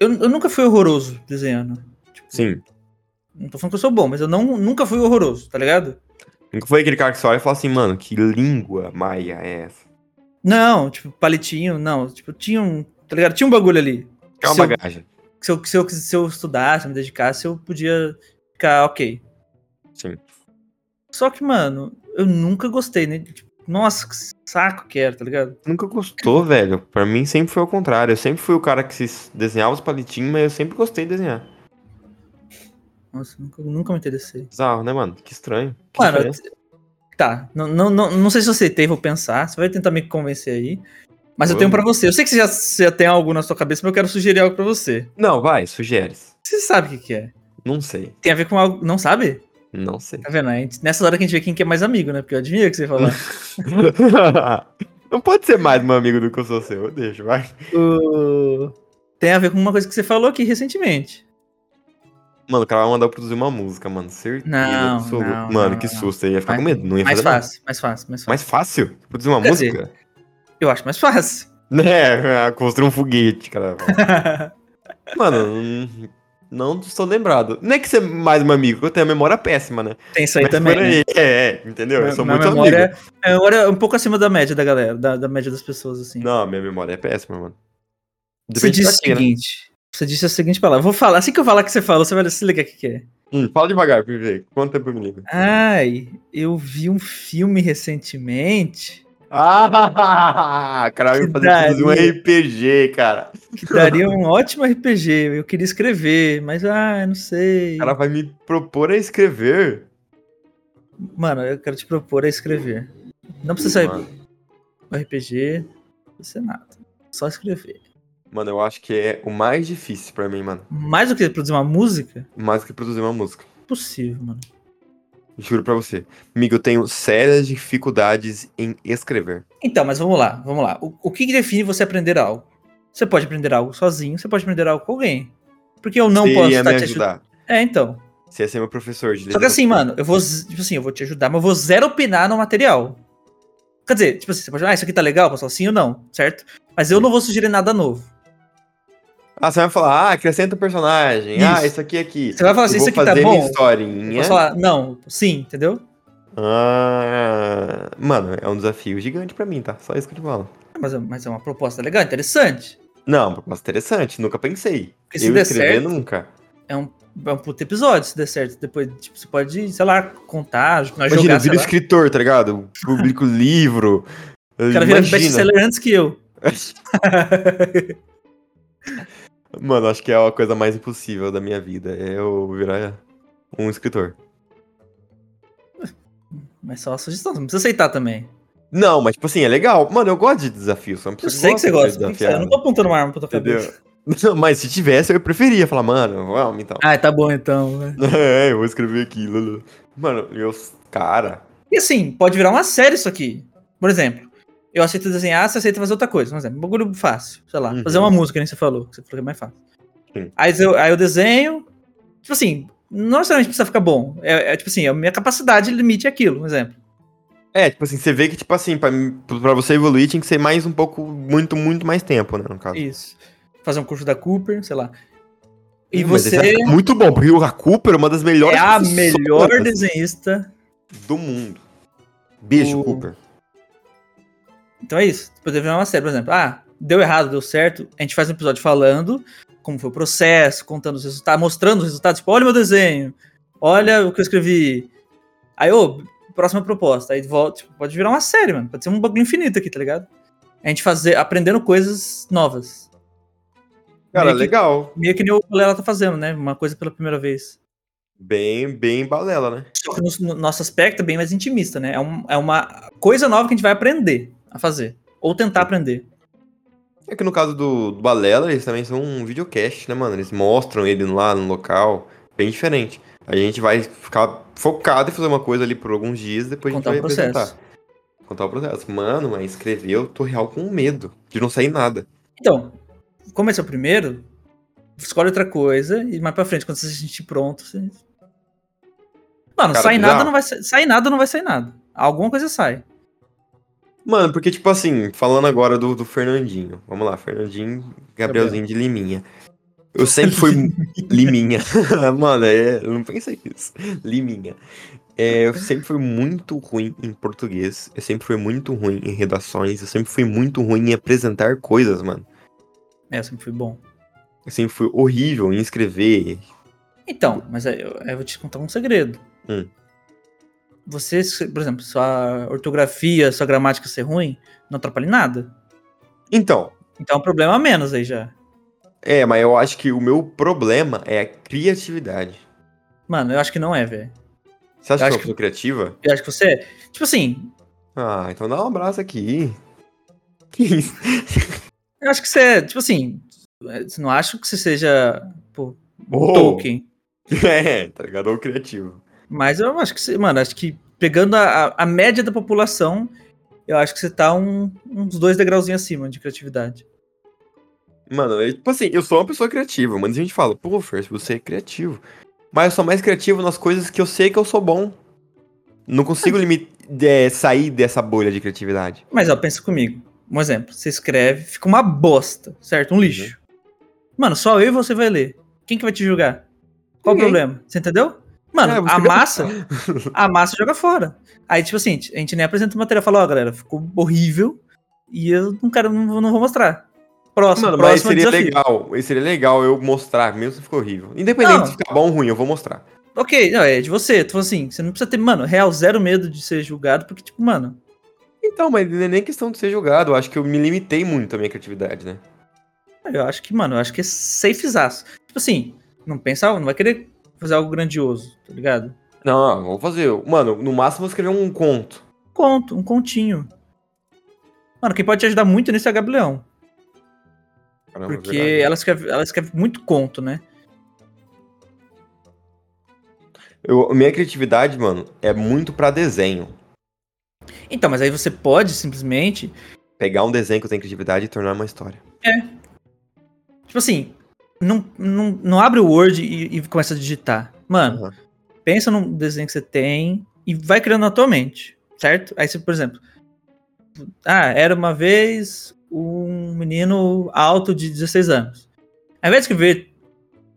S2: Eu, eu nunca fui horroroso desenhando.
S1: Sim.
S2: Não tô falando que eu sou bom, mas eu não, nunca fui horroroso, tá ligado?
S1: Nunca foi aquele cara que só olha e fala assim, mano, que língua maia é essa?
S2: Não, tipo, palitinho, não. Tipo, tinha um. Tá ligado? Tinha um bagulho ali.
S1: É uma
S2: Seu-
S1: bagagem.
S2: Que se, eu, que se, eu, se eu estudasse, me dedicasse, eu podia ficar ok.
S1: Sim.
S2: Só que, mano, eu nunca gostei, né? Tipo, nossa, que saco que era, tá ligado?
S1: Nunca gostou, velho. Pra mim sempre foi o contrário. Eu sempre fui o cara que se desenhava os palitinhos, mas eu sempre gostei de desenhar.
S2: Nossa, nunca, nunca me interessei.
S1: Bizarro, né, mano? Que estranho. Que
S2: Mano,
S1: diferença.
S2: tá. Não, não, não, não sei se eu aceitei, vou pensar. Você vai tentar me convencer aí. Mas eu
S1: Vamos.
S2: tenho pra você. Eu sei que você já, você já tem algo na sua cabeça, mas eu quero sugerir algo pra você.
S1: Não, vai, sugere.
S2: Você sabe o que, que é?
S1: Não sei.
S2: Tem a ver com algo. Não sabe?
S1: Não sei.
S2: Tá vendo? A gente- nessa hora que a gente vê quem que é mais amigo, né? Porque eu adivinhei o que você ia falar.
S1: não pode ser mais meu amigo do que eu sou seu. Eu deixo, vai.
S2: O- Tem a ver com uma coisa que você falou aqui recentemente.
S1: Mano, o cara vai mandar eu produzir uma música, mano. Certeza.
S2: Não,
S1: absoluta.
S2: não,
S1: mano,
S2: não,
S1: que
S2: não.
S1: susto. Eu ia ficar Tá com
S2: Mais-
S1: medo. Não ia
S2: Mais
S1: fazer nada.
S2: fácil, mais fácil, mais fácil.
S1: Mais fácil? Produzir uma
S2: Quer
S1: música?
S2: Eu acho mais fácil.
S1: Né? Construir um foguete, cara. mano, hum, não estou lembrado. Não é que você é mais meu amigo, eu tenho a memória péssima, né?
S2: Tem isso aí
S1: Mas
S2: também.
S1: peraí,
S2: né?
S1: É, é, entendeu? eu sou
S2: Minha
S1: muito
S2: memória,
S1: amigo.
S2: minha memória é um pouco acima da média da galera, da, da média das pessoas, assim.
S1: Não, minha memória é péssima, mano.
S2: você
S1: Depende
S2: disse o
S1: pra quê, né?
S2: seguinte. Você disse a seguinte palavra. Eu Vou falar. Assim que eu falar que você falou, você vai se ligar o que, que é.
S1: Hum, fala devagar pra eu ver. Quanto tempo eu me ligo?
S2: Ah. Ai, eu vi um filme recentemente
S1: Ah, cara, eu ia
S2: Que
S1: fazer produzir um
S2: daria.
S1: RPG, cara.
S2: que daria um ótimo RPG. Eu queria escrever, mas ah, eu não sei.
S1: O cara vai me propor a escrever.
S2: Mano, eu quero te propor a escrever. Não precisa ser
S1: Mano.
S2: RPG, não precisa ser nada. Só escrever.
S1: Mano, eu acho que é o mais difícil pra mim, mano.
S2: Mais do que produzir uma música,
S1: Mais do que produzir uma música.
S2: possível, mano.
S1: Juro pra você. Amigo, eu tenho sérias dificuldades em escrever.
S2: Então, mas vamos lá, vamos lá. O, o que que define você aprender algo? Você pode aprender algo sozinho, você pode aprender algo com alguém. Porque eu não
S1: Você
S2: posso
S1: ia
S2: estar
S1: me
S2: te ajudando.
S1: ajudar.
S2: É, então.
S1: Você ia ser meu professor de
S2: Só que assim, mano, eu vou, z- tipo assim, eu vou te ajudar, mas eu vou zero opinar no material. Quer dizer, tipo assim, você pode, ah, isso aqui tá legal, pessoal, sim ou não, certo? Mas eu não vou sugerir nada novo.
S1: Ah, você vai falar, ah, acrescenta um personagem. Ah,
S2: Isso.
S1: isso aqui aqui.
S2: Você vai falar
S1: Eu
S2: assim,
S1: vou
S2: isso aqui tá
S1: fazer minha
S2: bom? Eu
S1: historinha.
S2: posso falar, não, sim, entendeu?
S1: Ah, mano, é um desafio gigante pra mim, tá? Só isso que eu te falo.
S2: Mas, é- mas é uma proposta legal, interessante.
S1: Não, proposta interessante, nunca pensei.
S2: Porque se
S1: eu
S2: der
S1: escrever
S2: certo-
S1: nunca.
S2: É um, é um puto episódio, se der certo. Depois, tipo, você pode, sei lá, contar, nós
S1: Imagina, eu
S2: jogar, sei
S1: viro
S2: lá.
S1: escritor, tá ligado? Eu Publico livro.
S2: O cara vira
S1: Imagina.
S2: best-seller antes que eu.
S1: Mano, acho que é a coisa mais impossível da minha vida. É eu virar um escritor.
S2: mas só uma sugestão, não precisa aceitar também.
S1: Não, mas tipo assim, é legal. Mano, eu gosto de desafio. Sou uma
S2: Eu
S1: pessoa
S2: sei que você
S1: gosta de ser
S2: gosta. por que que você- Eu não
S1: desafiada,
S2: tô apontando uma arma pra tua cabeça.
S1: Entendeu? Não, mas se tivesse, eu preferia falar, mano, vamos então.
S2: Ah, tá bom então. né?
S1: É, eu vou escrever aqui, lulu. Mano, eu. Cara.
S2: E assim, pode virar uma série isso aqui. Por exemplo, eu aceito desenhar, você aceita fazer outra coisa. Por exemplo, um bagulho fácil, sei lá.
S1: Uhum.
S2: Fazer uma música, nem você falou, que você falou que é mais fácil.
S1: Sim.
S2: Aí eu, aí eu desenho. Tipo assim, não necessariamente precisa ficar bom. É, é tipo assim, a minha capacidade limite é aquilo, por exemplo.
S1: É, tipo assim, você vê que, tipo assim, pra, mim- pra você evoluir tinha que ser mais um pouco, muito, muito mais tempo, né, no caso.
S2: Isso. Fazer um curso da Cooper, sei lá. E
S1: Mas
S2: você
S1: esse é muito bom, porque o Cooper é uma das melhores
S2: é a
S1: pessoas
S2: melhor desenhista.
S1: do mundo. Beijo,
S2: O-
S1: Cooper.
S2: Então é isso. Você Poder ver uma série, por exemplo. Ah, deu errado, deu certo. A gente faz um episódio falando como foi o processo, contando os resultados, mostrando os resultados. Tipo, olha o meu desenho. Olha o que eu escrevi. Aí, ô, próxima proposta. Aí volta. Tipo, pode virar uma série, mano. Pode ser um bagulho infinito aqui, tá ligado? A gente fazer, aprendendo coisas novas.
S1: Cara,
S2: meio que-
S1: legal.
S2: Meio que nem o Lela tá fazendo, né? Uma coisa pela primeira vez.
S1: Bem, bem balela, né?
S2: Só que no, no nosso aspecto é bem mais intimista, né? É, um- é uma coisa nova que a gente vai aprender a fazer. Ou tentar aprender.
S1: É que no caso do, do Balela, eles também são um videocast, né, mano? Eles mostram ele lá no local, bem diferente. A gente vai ficar focado em fazer uma coisa ali por alguns dias, depois
S2: Contar
S1: a
S2: o
S1: gente vai
S2: processo.
S1: apresentar. Contar o processo. Mano, mas escrever eu tô real com medo de não sair nada.
S2: Então, como esse é o primeiro, escolhe outra coisa e mais pra frente, quando você se sentir pronto, você. Mano,
S1: Cara,
S2: sai
S1: bizarro.
S2: nada, não vai sa- sai nada, não vai sair nada. Alguma coisa sai.
S1: Mano, porque, tipo assim, falando agora do, do Fernandinho. Vamos lá, Fernandinho, Gabrielzinho de Liminha. Eu sempre fui. Liminha. Mano, é, eu não pensei nisso. Liminha. É, eu sempre fui muito ruim em português. Eu sempre fui muito ruim em redações. Eu sempre fui muito ruim em apresentar coisas, mano.
S2: É, eu sempre fui bom.
S1: Eu sempre fui horrível em escrever.
S2: Então, mas aí eu, aí eu vou te contar um segredo.
S1: Hum.
S2: Você, se- por exemplo, sua ortografia, sua gramática ser ruim, não atrapalha em nada.
S1: Então,
S2: Então é um problema a menos aí já.
S1: é, mas eu acho que o meu problema é a criatividade.
S2: Mano, eu acho que não é, velho.
S1: Você acha que
S2: Eu
S1: eu
S2: acho
S1: sou
S2: que-
S1: pessoa criativa?
S2: Eu acho que você é. Tipo assim,
S1: Ah, então dá um abraço aqui. Que isso?
S2: Eu acho que você é, tipo assim, eh, você não acho que você seja pô,
S1: Oh.
S2: Tolkien,
S1: É, tá ligado? Ou criativo.
S2: mas eu acho que você, mano, acho que pegando a, a- a média da população, eu acho que você tá um- uns dois degrauzinhos acima de criatividade.
S1: Mano, eu, tipo assim, eu sou uma pessoa criativa, mas a gente fala, pô, First, você é criativo. Mas eu sou mais criativo nas coisas que eu sei que eu sou bom. Não consigo limi- é, sair dessa bolha de criatividade.
S2: Mas ó, pensa comigo. Um exemplo, você escreve, fica uma bosta, certo? Um lixo.
S1: Uhum.
S2: Mano, só eu e você vai ler. Quem que vai te julgar? Qual o
S1: Ninguém.
S2: problema? Você entendeu? Mano,
S1: É, eu vou
S2: a
S1: escrever-
S2: massa, a massa joga fora. Aí, tipo assim, a gente nem apresenta o material, fala, ó, galera, ficou horrível e eu não quero, não, vou- não vou mostrar. Próximo,
S1: Mano, mas
S2: próximo é
S1: seria
S2: desafio.
S1: legal. e Seria legal eu mostrar, mesmo se ficou horrível. Independente
S2: Não.
S1: se ficar bom ou ruim, eu vou mostrar.
S2: Ok, não, é de você. Tô falando assim, você não precisa ter, mano, real zero medo de ser julgado, porque, tipo, mano,
S1: Então, mas não é nem questão de ser julgado. Eu acho que eu me limitei muito à minha criatividade, né?
S2: eu acho que, mano, eu acho que é safezaço. Tipo assim, não pensa, não vai querer fazer algo grandioso, tá ligado?
S1: Não, não, vou fazer. Mano, no máximo eu vou escrever um conto.
S2: Conto, um continho. Mano, quem pode te ajudar muito nisso é a Gabi Leão.
S1: Caramba, é
S2: Porque
S1: verdade.
S2: ela escreve, ela escreve muito conto, né?
S1: Eu- minha criatividade, mano, é muito pra desenho.
S2: Então, mas aí você pode simplesmente.
S1: pegar um desenho que eu tenho criatividade e tornar uma história.
S2: Tipo assim, não, não, não abre o Word e, e começa a digitar. Mano,
S1: Aham.
S2: pensa num desenho que você tem e vai criando na tua mente, certo? Aí você, por exemplo. Ah, era uma vez um menino alto de 16 anos. Ao invés de escrever,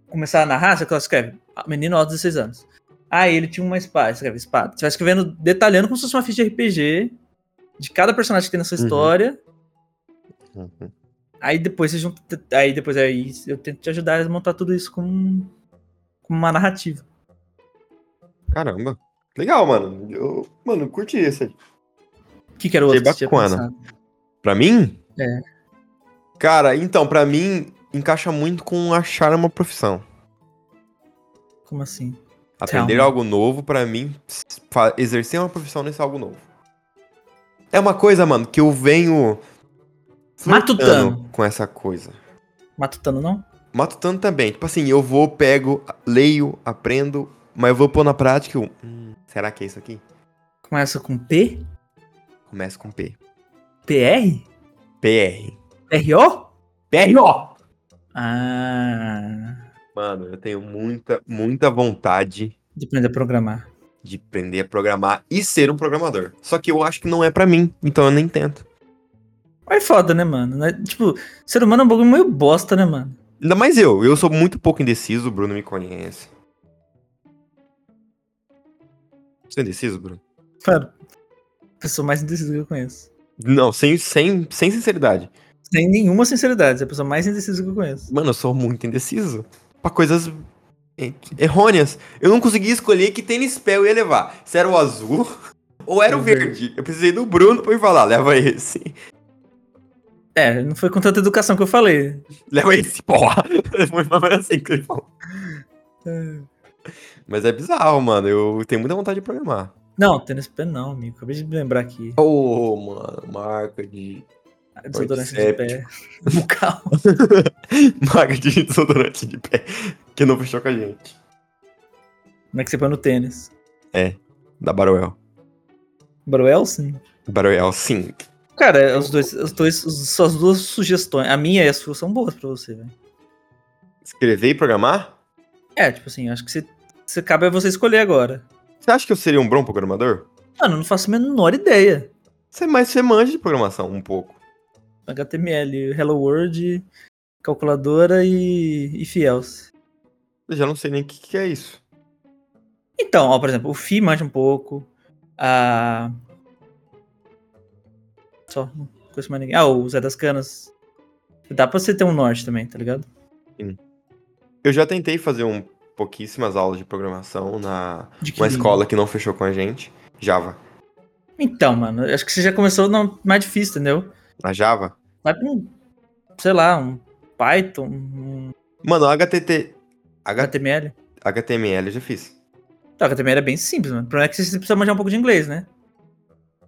S2: começar a narrar, você escreve ah, menino alto de 16 anos. Ah, ele tinha uma espada, escreve espada. Você vai escrevendo, detalhando como se fosse uma ficha de RPG de cada personagem que tem na sua
S1: Uhum.
S2: história.
S1: Uhum.
S2: Aí depois vocês vão. Aí depois aí eu tento te ajudar a montar tudo isso como, como uma narrativa.
S1: Caramba. Legal, mano. Eu, mano, eu curti esse.
S2: O que, que era o outro
S1: Achei
S2: que você tinha
S1: bacana.
S2: pensado?
S1: Pra mim?
S2: É.
S1: Cara, então, pra mim, encaixa muito com achar uma profissão.
S2: Como assim?
S1: Aprender
S2: Então.
S1: algo novo, pra mim, fa- exercer uma profissão nesse algo novo. É uma coisa, mano, que eu venho.
S2: Matutando.
S1: flertando Com essa coisa.
S2: Matutano não?
S1: Matutando também. Tipo assim, eu vou, pego, leio, aprendo, mas eu vou pôr na prática. Eu, hum, será que é isso aqui?
S2: Começa com P?
S1: Começa com P.
S2: PR?
S1: PR.
S2: PRO?
S1: PRO!
S2: Ah.
S1: Mano, eu tenho muita, muita vontade
S2: De aprender a programar.
S1: de aprender a programar e ser um programador. Só que eu acho que não é pra mim, então eu nem tento.
S2: Mas é foda, né, mano? Não é- Tipo, ser humano é um bagulho meio bosta, né, mano?
S1: Ainda mais eu. Eu sou muito pouco indeciso, o Bruno me conhece. Você é indeciso, Bruno?
S2: Cara, pessoa mais indecisa que eu conheço.
S1: Não, sem, sem, sem sinceridade.
S2: Sem nenhuma sinceridade, é a pessoa mais indecisa que eu conheço.
S1: Mano, eu sou muito indeciso. Pra coisas er- errôneas. Eu não consegui escolher que tênis pé eu ia levar. Se era o azul ou era o
S2: O
S1: verde. Eu precisei do Bruno pra me falar, leva esse.
S2: É, não foi com tanta educação que eu falei.
S1: Leva esse, porra. Foi mais ou menos assim que ele falou.
S2: É.
S1: Mas é bizarro, mano. Eu tenho muita vontade de programar.
S2: Não, tênis pé não, amigo. Acabei de me lembrar aqui.
S1: Ô, mano, marca de.
S2: Desodorante de pé. Bucal.
S1: Marca de desodorante de pé. Que não fechou com a gente.
S2: Como é que você põe no tênis?
S1: Da Baruel.
S2: Baruel, sim.
S1: Baruel, sim.
S2: Cara, é os dois, os dois, os- suas duas sugestões, a minha e a sua, são boas pra você, velho.
S1: Escrever e programar?
S2: É, tipo assim, acho que você, você cabe a você escolher agora.
S1: Você acha que eu seria um bom programador?
S2: Mano, eu não faço a menor ideia.
S1: Você é mais você manja de programação um pouco.
S2: HTML, Hello World, calculadora e, e Fiels.
S1: Eu já não sei nem o que, que é isso.
S2: Então, ó, por exemplo, o Fi manja um pouco. A. Só, não conheço mais ninguém. Ah, o Zé das Canas. Dá pra você ter um norte também, tá ligado?
S1: Eu já tentei fazer um pouquíssimas aulas de programação na
S2: De que
S1: uma
S2: língua?
S1: escola que não fechou com a gente. Java.
S2: Então, mano, acho que você já começou não, mais difícil, entendeu?
S1: Na Java?
S2: Vai pra um, sei lá, um Python, um
S1: Mano, HTT... H-
S2: HTML.
S1: HTML eu já fiz.
S2: Tá, HTML é bem simples, mano. O problema é que você precisa manjar um pouco de inglês, né?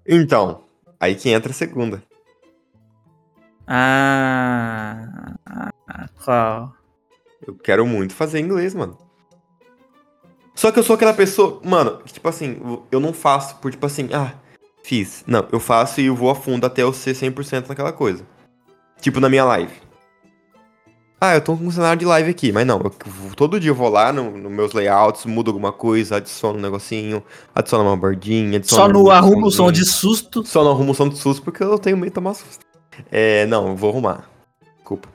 S1: Então, aí que entra a segunda.
S2: Ah, ah, qual?
S1: Eu quero muito fazer inglês, mano. Só que eu sou aquela pessoa, mano, que, tipo assim, eu não faço por tipo assim, ah, fiz. Não, eu faço e eu vou a fundo até eu ser 100% naquela coisa. Tipo na minha live. Ah, eu tô com um cenário de live aqui, mas não, eu vou- todo dia eu vou lá nos no meus layouts, mudo alguma coisa, adiciono um negocinho, adiciono uma bordinha, adiciono
S2: Só no
S1: um
S2: arrumo o som
S1: somzinho.
S2: de susto.
S1: Só não arrumo o som de susto porque eu tenho medo de tomar susto. É, não, eu vou arrumar. Desculpa.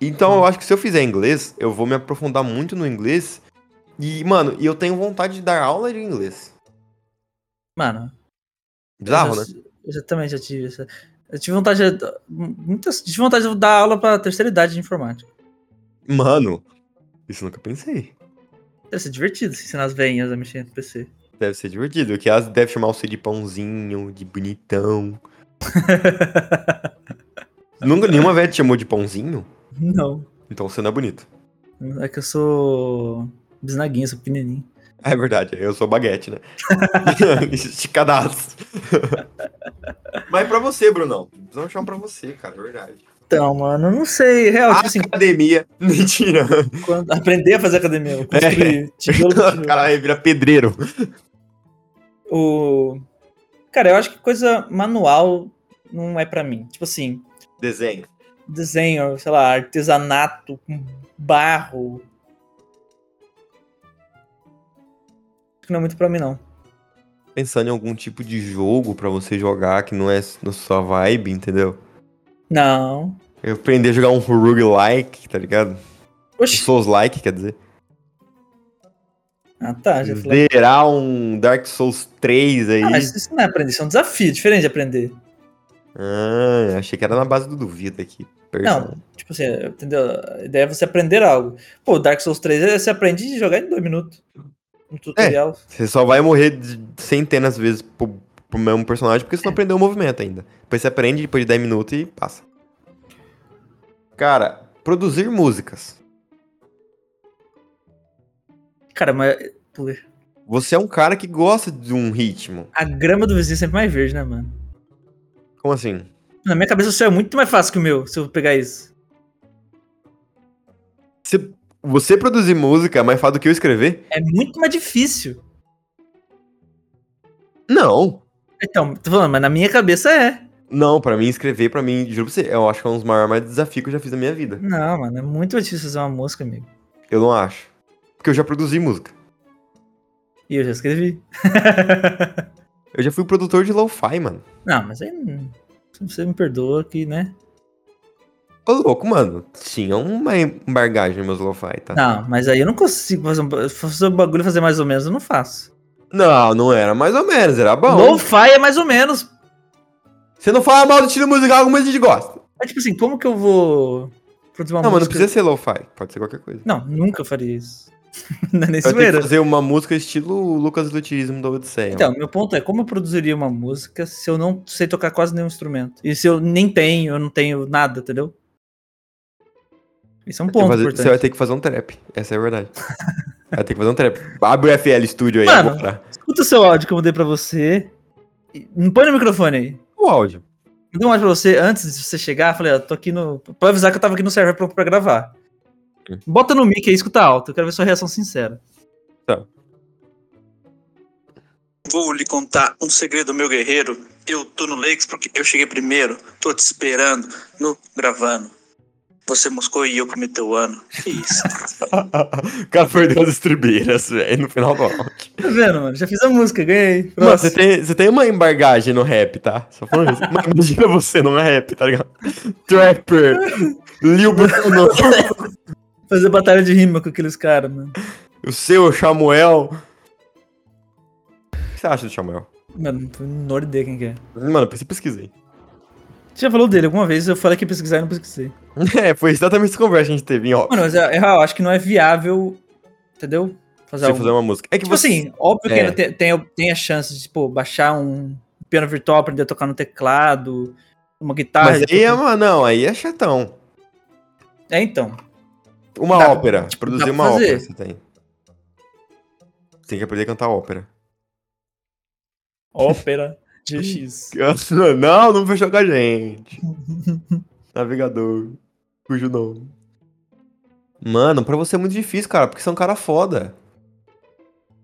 S1: Então eu acho que se eu fizer inglês, eu vou me aprofundar muito no inglês. E, mano, e eu tenho vontade de dar aula de inglês.
S2: Mano,
S1: Bizarro, né?
S2: eu, já- eu já também já tive essa. Eu tive vontade de. Muitas, tive vontade de dar aula pra terceira idade de informática.
S1: Mano, isso eu nunca pensei.
S2: Deve ser divertido se ensinar as veinhas a mexer no PC.
S1: Deve ser divertido, que elas devem chamar você de pãozinho, de bonitão. Nunca nenhuma velha te chamou de pãozinho?
S2: não.
S1: Então você não é bonito.
S2: É que eu sou. Bisnaguinho, sou pequenininho.
S1: É verdade, eu sou baguete, né? Esticadaço. Mas pra você, Brunão. Precisamos achar um pra você, cara, é verdade.
S2: Então, mano, eu não sei. Real, tipo assim,
S1: Academia. Mentira.
S2: quando- aprender a fazer academia. eu Construir tijolo por tijolo.
S1: Caralho, vira pedreiro.
S2: O... Cara, eu acho que coisa manual não é pra mim. Tipo assim,
S1: Desenho.
S2: desenho, sei lá, artesanato com barro. Acho que não é muito pra mim, não.
S1: Pensando em algum tipo de jogo pra você jogar que não é na sua vibe, entendeu?
S2: Não.
S1: Eu aprendi a jogar um roguelike, tá ligado? Um
S2: Oxi.
S1: Souls-like, quer dizer.
S2: Ah, tá. Já falei.
S1: Zerar um Dark Souls 3 aí.
S2: Ah, mas isso não é aprender, isso é um desafio diferente de aprender.
S1: Ah, achei que era na base do duvido aqui. Perdão.
S2: Tipo assim, entendeu? A ideia é você aprender algo. Pô, Dark Souls 3 é- você aprende de jogar em dois minutos. Um tutorial.
S1: Você só vai morrer de- centenas de vezes pro, pro mesmo personagem porque você não aprendeu o movimento ainda. Depois você aprende depois de 10 minutos e passa. Cara, produzir músicas.
S2: Cara, mas pô,
S1: Você é um cara que gosta de um ritmo.
S2: a grama do vizinho é sempre mais verde, né, mano?
S1: Como assim?
S2: Na minha cabeça o seu é muito mais fácil que o meu, se eu pegar isso.
S1: Você, você produzir música é mais fácil do que eu escrever?
S2: É muito mais difícil.
S1: Não.
S2: Então, tô falando, mas na minha cabeça é.
S1: Não, pra mim escrever, pra mim, juro pra você, eu acho que é um dos maiores maiores desafios que eu já fiz na minha vida.
S2: Não, mano, é muito mais difícil fazer uma música, amigo.
S1: Eu não acho. Porque eu já produzi música.
S2: E eu já escrevi.
S1: Eu já fui produtor de lo-fi, mano.
S2: não, mas aí. hum, Você me perdoa que, né?
S1: Ô, louco, mano. Tinha uma embargagem meus lo-fi, tá?
S2: Não, mas aí eu não consigo fazer um, fazer um bagulho e fazer mais ou menos, eu não faço.
S1: Não, não era mais ou menos, era bom.
S2: Lo-fi é mais ou menos.
S1: Você não fala mal do estilo musical, alguma gente gosta.
S2: É tipo assim, como que eu vou produzir uma
S1: Não, mas não
S2: música?
S1: precisa ser lo-fi, pode ser qualquer coisa.
S2: Não, nunca faria isso. não é nem
S1: Eu tenho que
S2: zoeira.
S1: fazer uma música estilo Lucas Lutismo da Odisseia.
S2: Então, meu ponto é como eu produziria uma música se eu não sei tocar quase nenhum instrumento? E se eu nem tenho, eu não tenho nada, entendeu? Isso é um
S1: Tem que
S2: ponto
S1: fazer-
S2: importante.
S1: Você vai ter que fazer um trap. Essa é a verdade. vai ter que fazer um trap. Abre o FL Studio aí
S2: Mano.
S1: agora.
S2: Escuta o seu áudio que eu mandei pra você. E- Põe no microfone aí.
S1: O áudio.
S2: Mandei um áudio pra você antes de você chegar. Falei, ó, tô aqui no. Pra avisar que eu tava aqui no server pra, pra gravar.
S1: Hum.
S2: Bota no mic aí, escuta alto. Eu quero ver sua reação sincera.
S1: Tá.
S3: Vou lhe contar um segredo, meu guerreiro. Eu tô no Lakes porque eu cheguei primeiro. Tô te esperando no gravando. Você moscou e eu comi teu ano. Que isso?
S1: o cara perdeu as estribeiras, velho, no final do áudio.
S2: Tá vendo, mano? Já fiz a música, ganhei.
S1: Mano,
S2: Próximo.
S1: você tem, você tem uma embargagem no rap, tá? Só falando isso. Mano, imagina você num rap, tá ligado? Trapper. Lil Bruno.
S2: Fazer batalha de rima com aqueles caras, mano.
S1: o seu Samuel. O que você acha do Samuel?
S2: Mano, não tenho a menor ideia quem que é.
S1: Mano, você pesquisei.
S2: Você já falou dele alguma vez, eu falei que ia pesquisar e não pesquisei.
S1: É, foi exatamente essa conversa que a gente teve, em ó.
S2: Mano, mas é é real, acho que não é viável, entendeu? Fazer
S1: Você
S2: algo.
S1: fazer uma música. É que
S2: Tipo
S1: você.
S2: assim, óbvio que
S1: É.
S2: ainda tem, tem, tem a chance de, tipo, baixar um piano virtual, aprender a tocar no teclado, uma guitarra.
S1: mas aí é, mano, não, aí é chatão.
S2: É, então.
S1: Uma
S2: Dá-
S1: ópera. Produzir
S2: pra
S1: uma
S2: fazer.
S1: ópera você tem. Você tem que aprender a cantar ópera.
S2: Ópera GX.
S1: Não, não fechou com a gente. Navegador. Cujo nome. Mano, pra você é muito difícil, cara, porque você é um cara foda.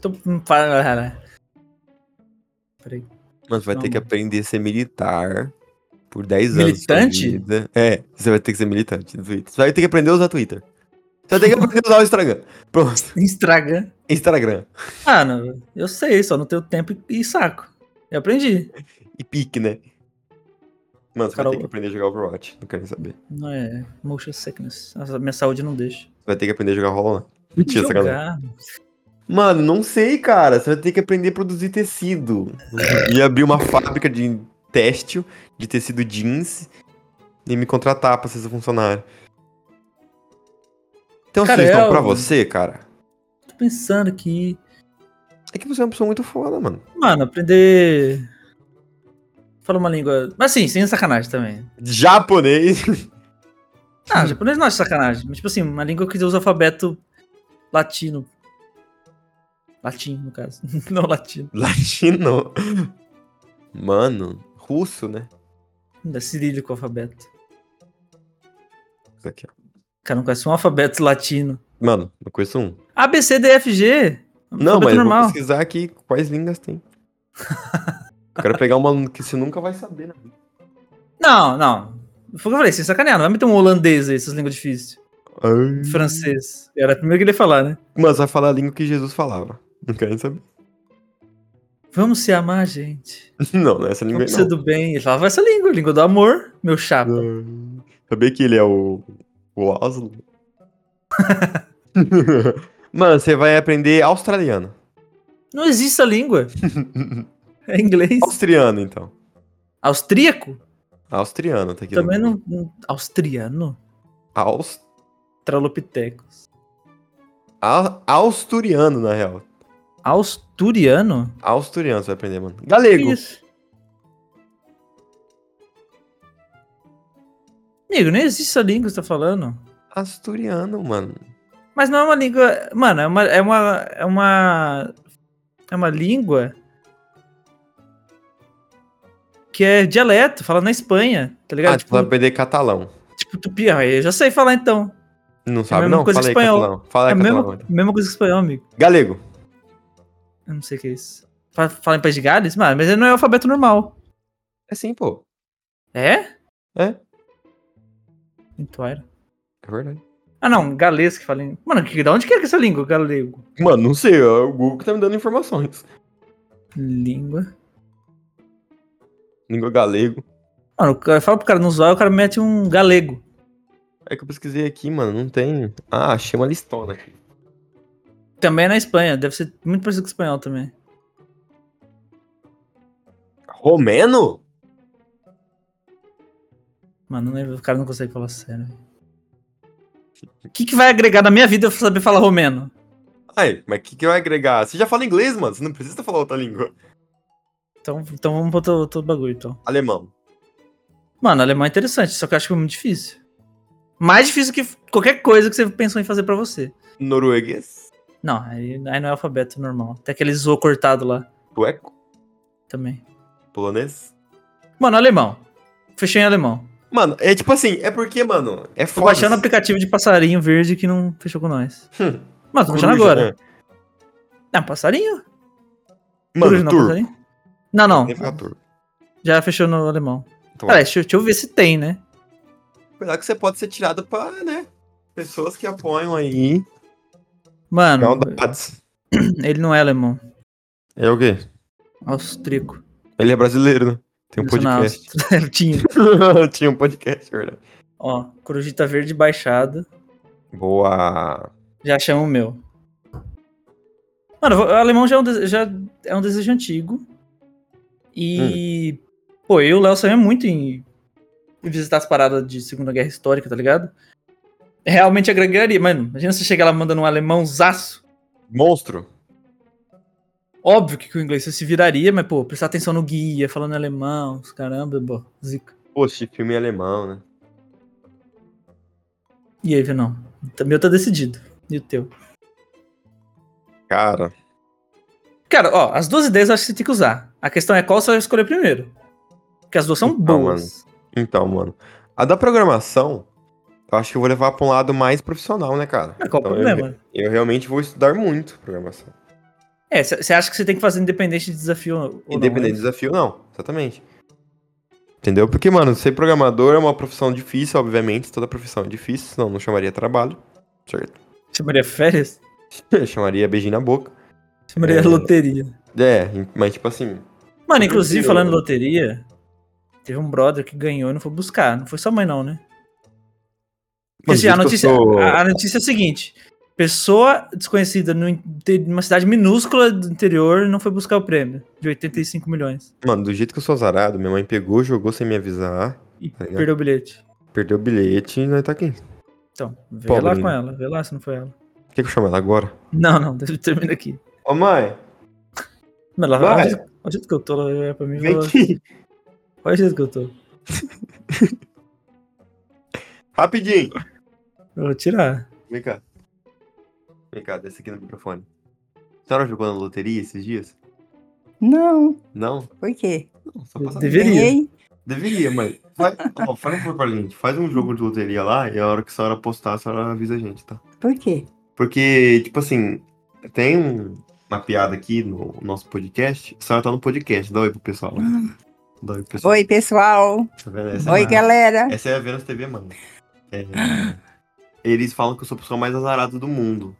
S2: Tô falando. né? Peraí.
S1: Mano, você vai
S2: Não,
S1: ter que
S2: mano.
S1: aprender a ser militar por 10 anos. da sua
S2: Militante?
S1: vida. É, você vai ter que ser militante no Twitter. Você vai ter que aprender a usar Twitter. Você vai ter que aprender a usar o Instagram. Pronto.
S2: Estraga.
S1: Instagram.
S2: Ah, não, eu sei, só não tenho tempo e, e saco. Eu aprendi.
S1: E pique, né? Mano, você
S2: Cara,
S1: vai ter que
S2: eu-
S1: aprender a jogar Overwatch. Não quero nem saber.
S2: Não é motion sickness. Nossa, minha saúde não deixa.
S1: Você vai ter que aprender a jogar rola. Mentira, sacanagem.
S2: Jogar.
S1: Mano, não sei, cara. Você vai ter que aprender a produzir tecido. E abrir uma fábrica de têxtil, de tecido jeans, e me contratar pra ser seu funcionário. Então,
S2: Cara, é
S1: sugestão
S2: eu-
S1: pra você, cara,
S2: Tô pensando aqui.
S1: é que você é uma pessoa muito foda, mano.
S2: Mano, aprender. Fala uma língua. Mas sim, sem sacanagem também.
S1: Japonês.
S2: Ah, japonês não acho sacanagem. Mas, tipo assim, uma língua que usa o alfabeto latino. Latim, no caso. não latino.
S1: Latino. Mano, russo, né?
S2: É cirílico o alfabeto.
S1: Isso aqui, ó.
S2: Cara, não conhece um alfabeto latino.
S1: Mano, não conheço um.
S2: A, B, C, D, F, G.
S1: Não, mas
S2: alfabeto
S1: eu vou
S2: normal.
S1: pesquisar aqui quais línguas tem. Eu quero pegar uma que você nunca vai saber, né?
S2: Não, não. Foi o que eu falei, sem sacanear. Não vai meter um holandês aí, essas línguas difíceis.
S1: Ai.
S2: Francês. Era a primeira que ele ia falar, né?
S1: Mas vai falar a língua que Jesus falava. Não quero nem saber.
S2: Vamos se amar, gente.
S1: Não, não é essa
S2: Não
S1: língua aí,
S2: precisa
S1: não.
S2: do bem. Ele falava essa língua, língua do amor, meu chapa.
S1: Não. Sabia que ele é o, o Oslo? Mano, você vai aprender australiano.
S2: Não existe essa língua. É inglês.
S1: Austriano, então.
S2: Austríaco?
S1: Austriano, tá aqui.
S2: Também não, não- Austriano?
S1: Aus...
S2: Tralopitecos.
S1: A... Austuriano, na real.
S2: Austuriano?
S1: Austuriano você vai aprender, mano.
S2: Que
S1: Galego.
S2: isso? Amigo, nem existe essa língua que você tá falando.
S1: Asturiano, mano.
S2: Mas não é uma língua. Mano, é uma. É uma. É uma, é uma língua. Que é dialeto, fala na Espanha, tá ligado?
S1: Ah, tipo,
S2: tipo,
S1: vai aprender catalão.
S2: tipo tupi. Ah, eu já sei falar então.
S1: Não sabe,
S2: mesma
S1: não?
S2: coisa
S1: Fala aí,
S2: que espanhol.
S1: catalão. Fala
S2: É
S1: aí,
S2: a
S1: catalão. então.
S2: mesma, mesma coisa que espanhol, amigo.
S1: Galego.
S2: Eu não sei o que é isso. Fa- Fala em País de Gales? Mano, mas não é alfabeto normal.
S1: É sim, pô.
S2: É?
S1: É.
S2: Então era.
S1: É verdade.
S2: Ah, não, galês que fala em. Mano, que, da onde que é que é essa língua? Galego.
S1: Mano, não sei. É o Google que tá me dando informações.
S2: Língua.
S1: Língua galego.
S2: Mano, o cara- fala pro cara não zoar, o cara mete um galego.
S1: É que eu pesquisei aqui, mano, não tem. Ah, achei uma listona aqui.
S2: Também é na Espanha, deve ser muito parecido com o espanhol também.
S1: Romeno?
S2: Mano, não lembro, o cara não consegue falar sério. O que, que vai agregar na minha vida eu saber falar romeno?
S1: Ai, mas o que, que vai agregar? Você já fala inglês, mano. Você não precisa falar outra língua.
S2: Então, então vamos botar outro bagulho, então.
S1: Alemão.
S2: Mano, alemão é interessante, só que eu acho que é muito difícil. Mais difícil que qualquer coisa que você pensou em fazer pra você.
S1: Norueguês.
S2: Não, aí, aí não é alfabeto normal. Tem aquele zo cortado lá
S1: Sueco.
S2: também.
S1: Polonês.
S2: Mano, alemão. Fechei em alemão.
S1: Mano, é tipo assim, é porque, mano, é
S2: Tô
S1: foda.
S2: baixando o aplicativo de passarinho verde que não fechou com nós.
S1: Hum.
S2: Mano, tô baixando
S1: Coruja,
S2: agora.
S1: né?
S2: Não, passarinho? Coruja
S1: Mano,
S2: não, é
S1: turco.
S2: passarinho? Não, não.
S1: Tem que falar turco.
S2: Já fechou no alemão.
S1: Então,
S2: Cara, deixa, eu- deixa eu ver se tem, né?
S1: Apesar que você pode ser tirado pra, né? Pessoas que apoiam aí.
S2: Mano,
S1: Maldades.
S2: ele não é alemão.
S1: É o quê?
S2: Austríaco.
S1: Ele é brasileiro, né? Tem um
S2: Nasceu na
S1: podcast.
S2: Áustria. Tinha.
S1: Tinha um podcast, verdade.
S2: Ó, corujita verde baixada.
S1: Boa.
S2: Já chama o meu. Mano, o alemão já é um, dese- já é um desejo antigo. E. Pô, eu e o Léo sabemos muito em visitar as paradas de Segunda Guerra Histórica, tá ligado? Realmente agregaria, mano. Imagina você chegar lá mandando um alemão zaço.
S1: Monstro.
S2: Óbvio que com o inglês você se viraria, mas, pô, prestar atenção no guia, falando em alemão, os caramba, bô, zica.
S1: Poxa, filme alemão, né?
S2: E aí, Vinão? O meu tá decidido. E o teu?
S1: Cara.
S2: Cara, ó, as duas ideias eu acho que você tem que usar. A questão é qual você vai escolher primeiro. Porque as duas são
S1: Então,
S2: boas.
S1: Então, mano. A da programação, eu acho que eu vou levar pra um lado mais profissional, né, cara?
S2: Mas É, qual
S1: Então,
S2: o problema?
S1: Eu, eu realmente vou estudar muito programação.
S2: É, você acha que você tem que fazer independente de desafio ou ou
S1: Independente do
S2: não? né?
S1: desafio, não. Exatamente. Entendeu? Porque, mano, ser programador é uma profissão difícil, obviamente. Toda profissão é difícil, senão não chamaria trabalho. Certo?
S2: Chamaria férias?
S1: chamaria beijinho na boca.
S2: Chamaria
S1: É.
S2: loteria.
S1: É, mas tipo assim.
S2: Mano, inclusive,
S1: Eu-
S2: falando em loteria, teve um brother que ganhou e não foi buscar. Não foi sua mãe, não, né?
S1: Mano,
S2: Porque, assim,
S1: do
S2: a,
S1: jeito que
S2: notícia,
S1: eu sou-
S2: a, a notícia é a seguinte: pessoa desconhecida no, inte- numa cidade minúscula do interior não foi buscar o prêmio de 85 milhões
S1: Mano, do jeito que eu sou azarado, minha mãe pegou, jogou sem me avisar,
S2: e
S1: Tá ligado?
S2: perdeu o bilhete.
S1: perdeu o bilhete e nós tá aqui.
S2: Então, vê
S1: Pobre,
S2: lá
S1: né?
S2: com ela, vê lá se não foi ela.
S1: Quer que eu chamo ela agora?
S2: Não, não, deixa eu terminar aqui.
S1: Ô mãe,
S2: Mano, ela
S1: Vai.
S2: vai. Olha o jeito que eu tô, ela vai olhar pra mim e
S1: vem
S2: falar.
S1: aqui.
S2: Olha o jeito que eu tô.
S1: Rapidinho.
S2: Eu vou tirar.
S1: Vem cá. Vem cá, desce aqui no microfone. A senhora jogou na loteria esses dias?
S4: Não,
S1: Não?
S4: por quê?
S1: Não, só
S2: Eu
S1: passa
S2: deveria.
S4: Ganhei?
S1: Deveria, mas. Vai, ó, faz um favor pra gente. Faz um jogo de loteria lá e a hora que a senhora postar, a senhora avisa a gente, tá?
S4: Por quê?
S1: Porque, tipo assim, tem um- uma piada aqui no nosso podcast. A senhora tá no podcast. Dá oi pro pessoal. Dá oi pro pessoal.
S4: Hum. Oi, pessoal.
S1: Tá vendo? Essa,
S4: Oi,
S1: é, a-
S4: galera.
S1: essa é a Vênus TV, mano. É, eles falam que eu sou a pessoa mais azarada do mundo.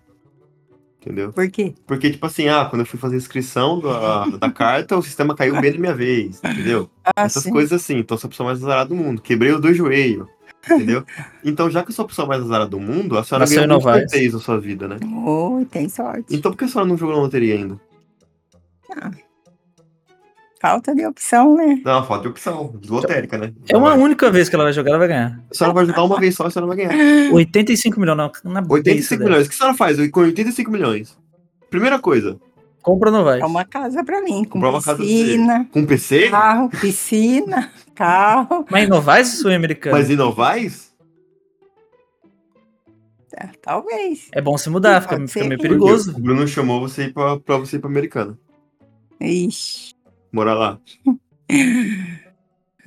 S1: Entendeu?
S4: Por quê?
S1: Porque, tipo assim, ah, quando eu fui fazer a inscrição da, da carta, o sistema caiu bem na minha vez, entendeu?
S4: Ah,
S1: Essas
S4: sim.
S1: coisas assim. Então, eu sou a pessoa mais azarada do mundo. Quebrei os dois joelhos, entendeu? Então, já que eu sou a pessoa mais azarada do mundo, a senhora
S2: Nasceu
S1: ganhou
S2: em
S1: muitos
S2: Novaes.
S1: sorteios na sua vida, né?
S4: Oi, tem sorte.
S1: Então, por que a senhora não jogou na loteria ainda?
S4: Falta de opção, né?
S1: Não, falta É de opção. De lotérica, né?
S2: É uma
S1: Vai.
S2: única vez que ela vai jogar, ela vai ganhar.
S1: A senhora vai jogar uma vez só, a senhora vai
S2: né?
S1: ganhar.
S2: 85 milhões, não. é Na
S1: 85
S2: milhões.
S1: milhões. O que a senhora faz com 85 milhões? Primeira coisa,
S2: Compra ou não vai?
S4: É uma casa pra mim, com
S1: Comprar uma casa pra você.
S4: piscina,
S1: com PC,
S4: carro, piscina, carro.
S2: Mas é em Novaes ou em Americana?
S1: mas em Novais?
S4: Tá, Talvez.
S2: É bom se mudar, fica,
S4: Pode
S2: fica
S4: ser.
S2: meio
S1: Porque
S2: perigoso.
S1: O Bruno chamou você pra, pra você ir pra Americana.
S4: Ixi.
S1: Morar lá.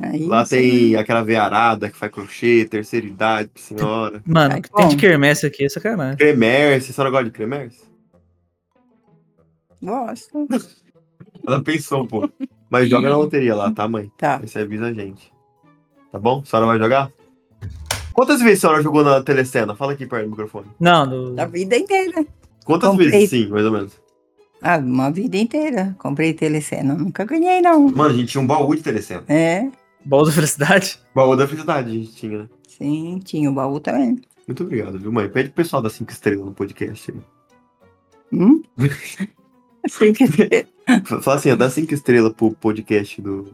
S4: Aí
S1: Lá
S4: não sei.
S1: tem aquela veiarada que faz crochê, terceira idade, senhora.
S2: Mano,
S4: Ai,
S2: o que tem de
S4: bom.
S2: quermesse aqui é sacanagem.
S1: Cremerce, a senhora gosta de cremerce?
S4: Gosto.
S1: Ela pensou um pouco. Mas joga na loteria lá, tá, mãe?
S4: Tá.
S1: Aí você avisa a gente. Tá bom? A senhora vai jogar? Quantas vezes a senhora jogou na telecena? Fala aqui perto do microfone.
S2: Não, no-
S4: A vida inteira.
S1: Quantas
S4: Comprei.
S1: vezes, sim, mais ou menos?
S4: Ah, uma vida inteira. Comprei telecena. Nunca ganhei, não.
S1: Mano, a gente tinha um baú de telecena.
S4: É.
S2: Baú da felicidade?
S1: Baú da felicidade, a gente tinha, né?
S4: Sim, tinha o baú também.
S1: Muito obrigado, viu, mãe? Pede pro pessoal das 5 estrelas no podcast aí.
S4: Hum? Assim que
S1: Fala assim, ó, dá 5 estrelas pro podcast do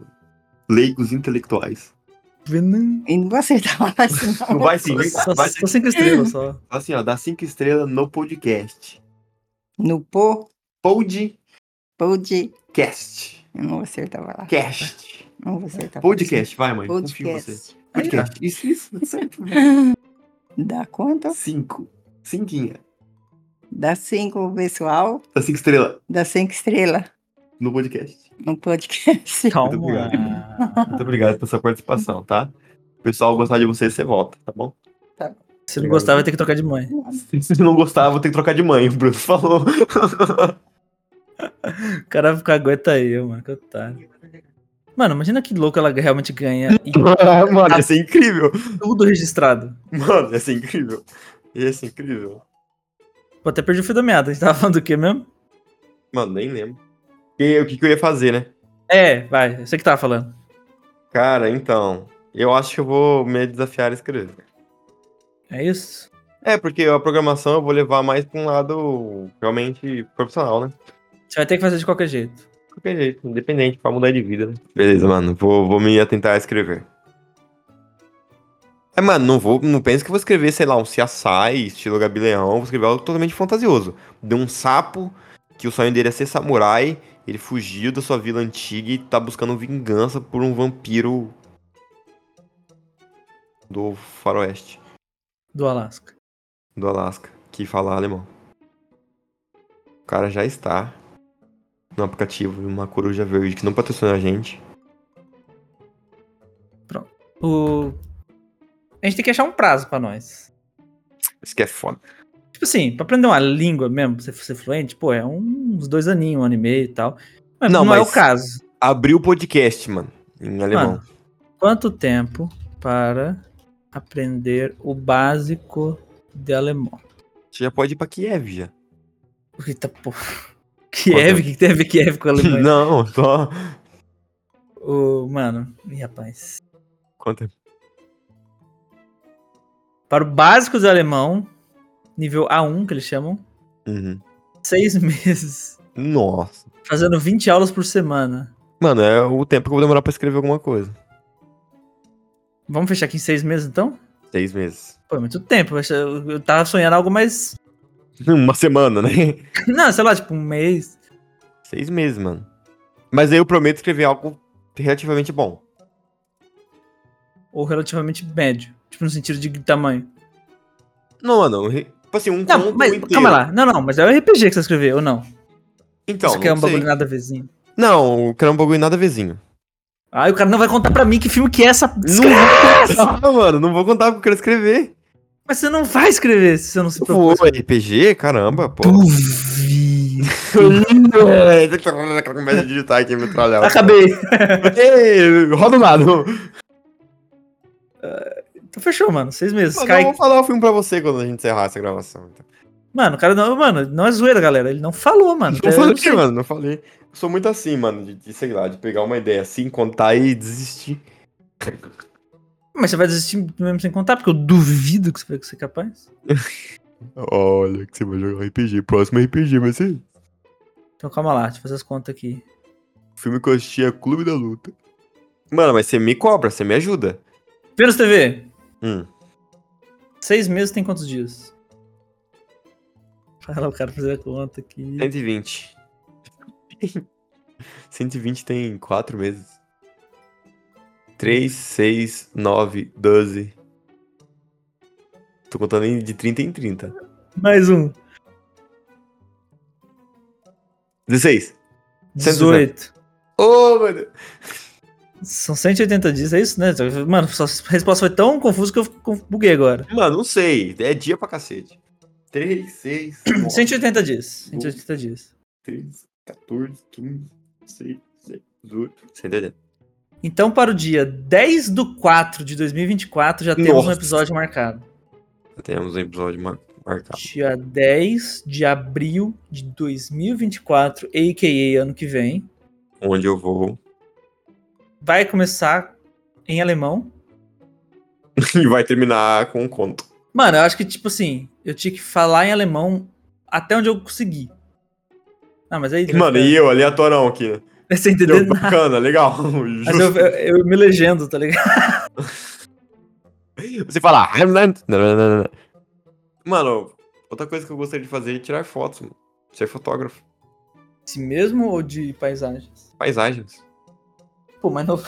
S1: Leigos Intelectuais.
S2: Venom.
S4: E não vou acertar mais assim,
S1: Não
S4: não.
S1: vai sim, vai
S2: Só,
S1: vai sim.
S2: só cinco estrelas só.
S1: Fala assim, ó, dá 5 estrelas no podcast.
S4: No pô,
S1: Podcast.
S4: pude. Eu não vou acertar, vai lá.
S1: Cast.
S4: Não vou acertar.
S1: Podcast, vai, mãe. Confio em você.
S4: Podcast.
S1: Podcast. Isso, isso, tá certo.
S4: Dá quanto?
S1: Cinco. Cinquinha.
S4: Dá cinco, pessoal.
S1: Dá cinco estrelas
S4: Dá cinco estrelas
S1: no podcast.
S4: no podcast.
S2: Calma.
S1: Muito obrigado pela sua participação, tá? O pessoal gostar de você, você volta, tá bom?
S2: Se não gostar, vai ter que tocar de mãe.
S1: Se não gostar, vou ter que trocar de mãe, o Bruno falou.
S2: O cara fica aguenta eu, mano. Que otário. Mano, imagina que louco ela realmente ganha e
S1: Mano, ia ser incrível.
S2: tudo registrado.
S1: Mano, ia ser incrível. Ia ser incrível.
S2: Pô, até perdi o fio da meada. A gente tava falando do quê mesmo?
S1: Mano, nem lembro. E o que, que eu ia fazer, né?
S2: É, vai. Você que tava falando.
S1: Cara, então. Eu acho que eu vou me desafiar a escrever.
S2: É isso?
S1: É, porque a programação eu vou levar mais pra um lado realmente profissional, né?
S2: Você vai ter que fazer de qualquer jeito.
S1: qualquer jeito, independente, pra mudar de vida, né? Beleza, mano, vou, vou me atentar a escrever. É, mano, não vou, não penso que vou escrever, sei lá, um CSI, estilo Gabileão, vou escrever algo totalmente fantasioso. De um sapo, que o sonho dele é ser samurai, ele fugiu da sua vila antiga e tá buscando vingança por um vampiro do faroeste,
S2: Do Alasca.
S1: do Alasca, que fala alemão. O cara já está no aplicativo, uma coruja verde que não patrocina a gente.
S2: O... A gente tem que achar um prazo pra nós.
S1: Isso que é foda.
S2: Tipo assim, pra aprender uma língua mesmo, pra você ser fluente, pô, é uns dois aninhos, um ano e meio e tal. Mas
S1: Não,
S2: não, é
S1: mas-
S2: o caso.
S1: Abriu o podcast, mano, em alemão.
S2: Mano, quanto tempo para aprender o básico de alemão?
S1: Você já pode ir pra Kiev já.
S2: Eita porra. Kiev? O que que tem a ver Kiev com a Alemanha?
S1: Não, só.
S2: Ô, mano, ih, rapaz.
S1: Quanto tempo?
S2: Para o básico de alemão, nível A1, que eles chamam,
S1: Uhum.
S2: seis meses.
S1: Nossa.
S2: Fazendo 20 aulas por semana.
S1: Mano, é o tempo que eu vou demorar pra escrever alguma coisa.
S2: Vamos fechar aqui em seis meses, então?
S1: Seis meses.
S2: Pô, é muito tempo. Eu ach- Eu eu tava sonhando algo mais...
S1: Uma semana, né?
S2: Não, sei lá, tipo um mês.
S1: Seis meses, mano. Mas aí eu prometo escrever algo relativamente bom.
S2: Ou relativamente médio. Tipo, no sentido de tamanho.
S1: Não, mano. re- Tipo assim, um
S2: Não,
S1: conto
S2: mas
S1: inteiro.
S2: calma lá. Não, não, mas é o RPG que você escreveu, ou não?
S1: Então,
S2: Isso aqui é um
S1: não, sei.
S2: bagulho nada vizinho.
S1: não, o cara é um bagulho nada vizinho.
S2: Ai, o cara não vai contar pra mim que filme que é essa.
S1: Não vou contar, Ah, mano. Não vou contar porque eu quero escrever.
S2: Mas você não vai escrever se você não se
S1: Pô,
S2: propôs.
S1: RPG? Caramba, pô.
S2: Duvido.
S1: Começa a digitar aqui, metralhar.
S2: Acabei.
S1: Ei, roda o lado.
S2: Então fechou, mano. Seis meses.
S1: Mas
S2: Cai...
S1: eu vou falar o filme pra você quando a gente encerrar essa gravação. então.
S2: Mano, o cara não. Mano, não é zoeira, galera. Ele não falou, mano.
S1: Não
S2: Eu
S1: falei,
S2: não sei.
S1: mano, não falei. Eu sou muito assim, mano, de, de, sei lá, de pegar uma ideia assim, contar e desistir.
S2: Mas você vai desistir mesmo sem contar, porque eu duvido que você vai ser capaz.
S1: Olha, que você vai jogar RPG. Próximo RPG vai ser.
S2: Então calma lá, deixa eu fazer as contas aqui.
S1: O filme que eu assisti é Clube da Luta. Mano, mas você me cobra, você me ajuda.
S2: Vênus TV,
S1: Hum.
S2: seis meses tem quantos dias? Fala, o cara fazer a conta aqui.
S1: 120. 120 tem 4 meses. 3, 6, 9, 12. Tô contando em- de 30 em 30.
S2: Mais um.
S1: 16.
S2: 18.
S1: Ô, mano.
S2: São 180 dias, é isso, né? Mano, sua resposta foi tão confusa que eu fico- buguei agora.
S1: Mano, não sei. É dia pra cacete. 3, 6, 9,
S2: 180 dias. 180 dias.
S1: 13, 14, 15, 16, 17, 18. 180.
S2: Então, para o dia 10 do 4 de 2024, já temos um
S1: Nossa.
S2: episódio marcado.
S1: Temos um episódio mar- marcado.
S2: Dia 10 de abril de 2024, a.k.a. ano que vem,
S1: Onde eu vou.
S2: vai começar em alemão.
S1: e vai terminar com um conto.
S2: Mano, eu acho que, tipo assim, eu tinha que falar em alemão até onde eu consegui. Ah, mas aí.
S1: Mano, e eu, aleatorão aqui, né?
S2: Sem entender
S1: Eu,
S2: nada.
S1: bacana, legal.
S2: Mas eu,
S1: justo.
S2: eu- eu me legendo, tá ligado?
S1: Você fala. "Heimland". Não, não, não, não. Mano, outra coisa que eu gostaria de fazer é tirar fotos, mano. Ser fotógrafo.
S2: Si mesmo ou de paisagens?
S1: Paisagens.
S2: Pô, mas não.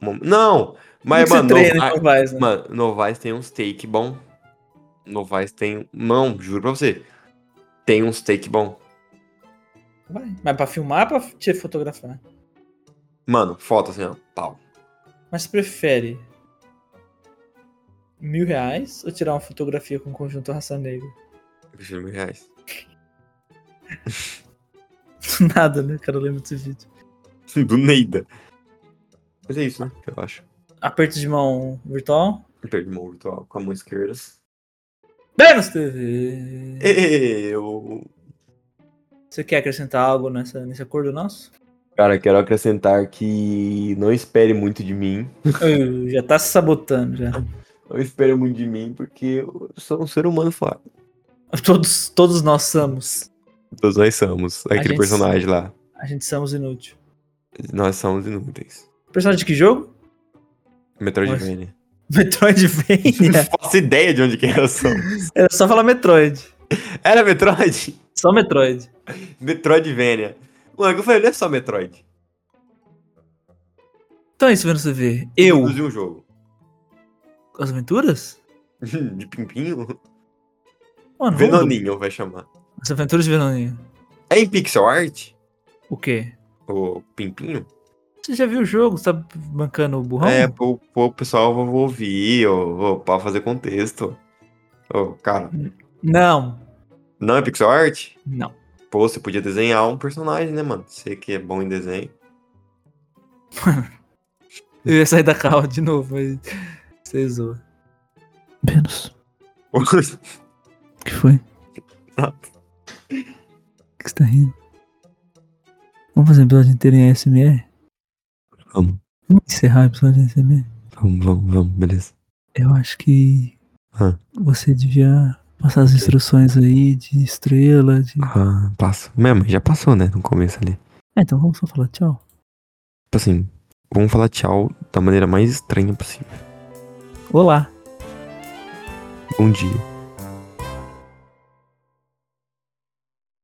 S1: Mom- Não! Mas,
S2: Como
S1: mano,
S2: que você treina,
S1: Novais-
S2: então vai, né?
S1: mano, Novais tem um steak bom. Novais tem. Não, juro pra você. Tem um steak bom.
S2: Vai. Mas pra filmar, pra te fotografar. né?
S1: Mano, foto assim, ó. Pau.
S2: Mas você prefere mil reais ou tirar uma fotografia com o conjunto raça negra?
S1: Prefiro mil reais.
S2: Nada, né, cara? Eu lembro desse vídeo.
S1: Do Neida. Mas é isso, né? Eu acho.
S2: Aperto de mão virtual.
S1: Perdi mão virtual com a mão esquerda.
S2: Menos TV!
S1: Eu.
S2: Você quer acrescentar algo nessa, nesse acordo nosso?
S1: Cara, quero acrescentar que não espere muito de mim.
S2: Ui, já tá se sabotando, já.
S1: Não espere muito de mim, porque eu sou um ser humano fora.
S2: Todos, todos nós somos.
S1: Todos nós somos. Aquele
S2: gente-
S1: personagem lá.
S2: A gente somos inútil.
S1: Nós somos inúteis.
S2: Personagem de que jogo?
S1: Metroidvania. Não
S2: Metroidvania.
S1: faço ideia de onde que era só.
S2: Era só falar Metroid.
S1: Era Metroid?
S2: Só Metroid.
S1: Metroidvania. Mano, que eu falei, não é só Metroid.
S2: Então é isso, vendo você ver. Eu,
S1: Produzi um jogo.
S2: as aventuras?
S1: De Pimpinho?
S2: Mano, vamos-
S1: Venoninho vai chamar.
S2: As aventuras de Venoninho.
S1: É em pixel art?
S2: O quê?
S1: O Pimpinho?
S2: Você já viu o jogo? Você tá bancando o burrão?
S1: É, pô, pô, o pessoal vou vou ouvir, ou, ou, pra fazer contexto. Ô, cara,
S2: Não.
S1: não é pixel art?
S2: Não.
S1: Pô, você podia desenhar um personagem, né, mano? Você que é bom em desenho.
S2: Eu ia sair da cal de novo, mas. Você zoa. Menos. O que foi?
S1: Nada.
S2: O que você tá rindo? Vamos fazer um episódio inteiro em ASMR?
S1: Vamos.
S2: Vamos encerrar o episódio em ASMR?
S1: vamos, vamos, vamos, beleza.
S2: Eu acho que.
S1: Ah.
S2: Você devia passar as instruções aí de estrela, de.
S1: Ah, passa. Mesmo, já passou, né, no começo ali.
S2: É, então vamos só falar tchau.
S1: Tipo assim, vamos falar tchau da maneira mais estranha possível.
S2: Olá.
S1: Bom Um dia.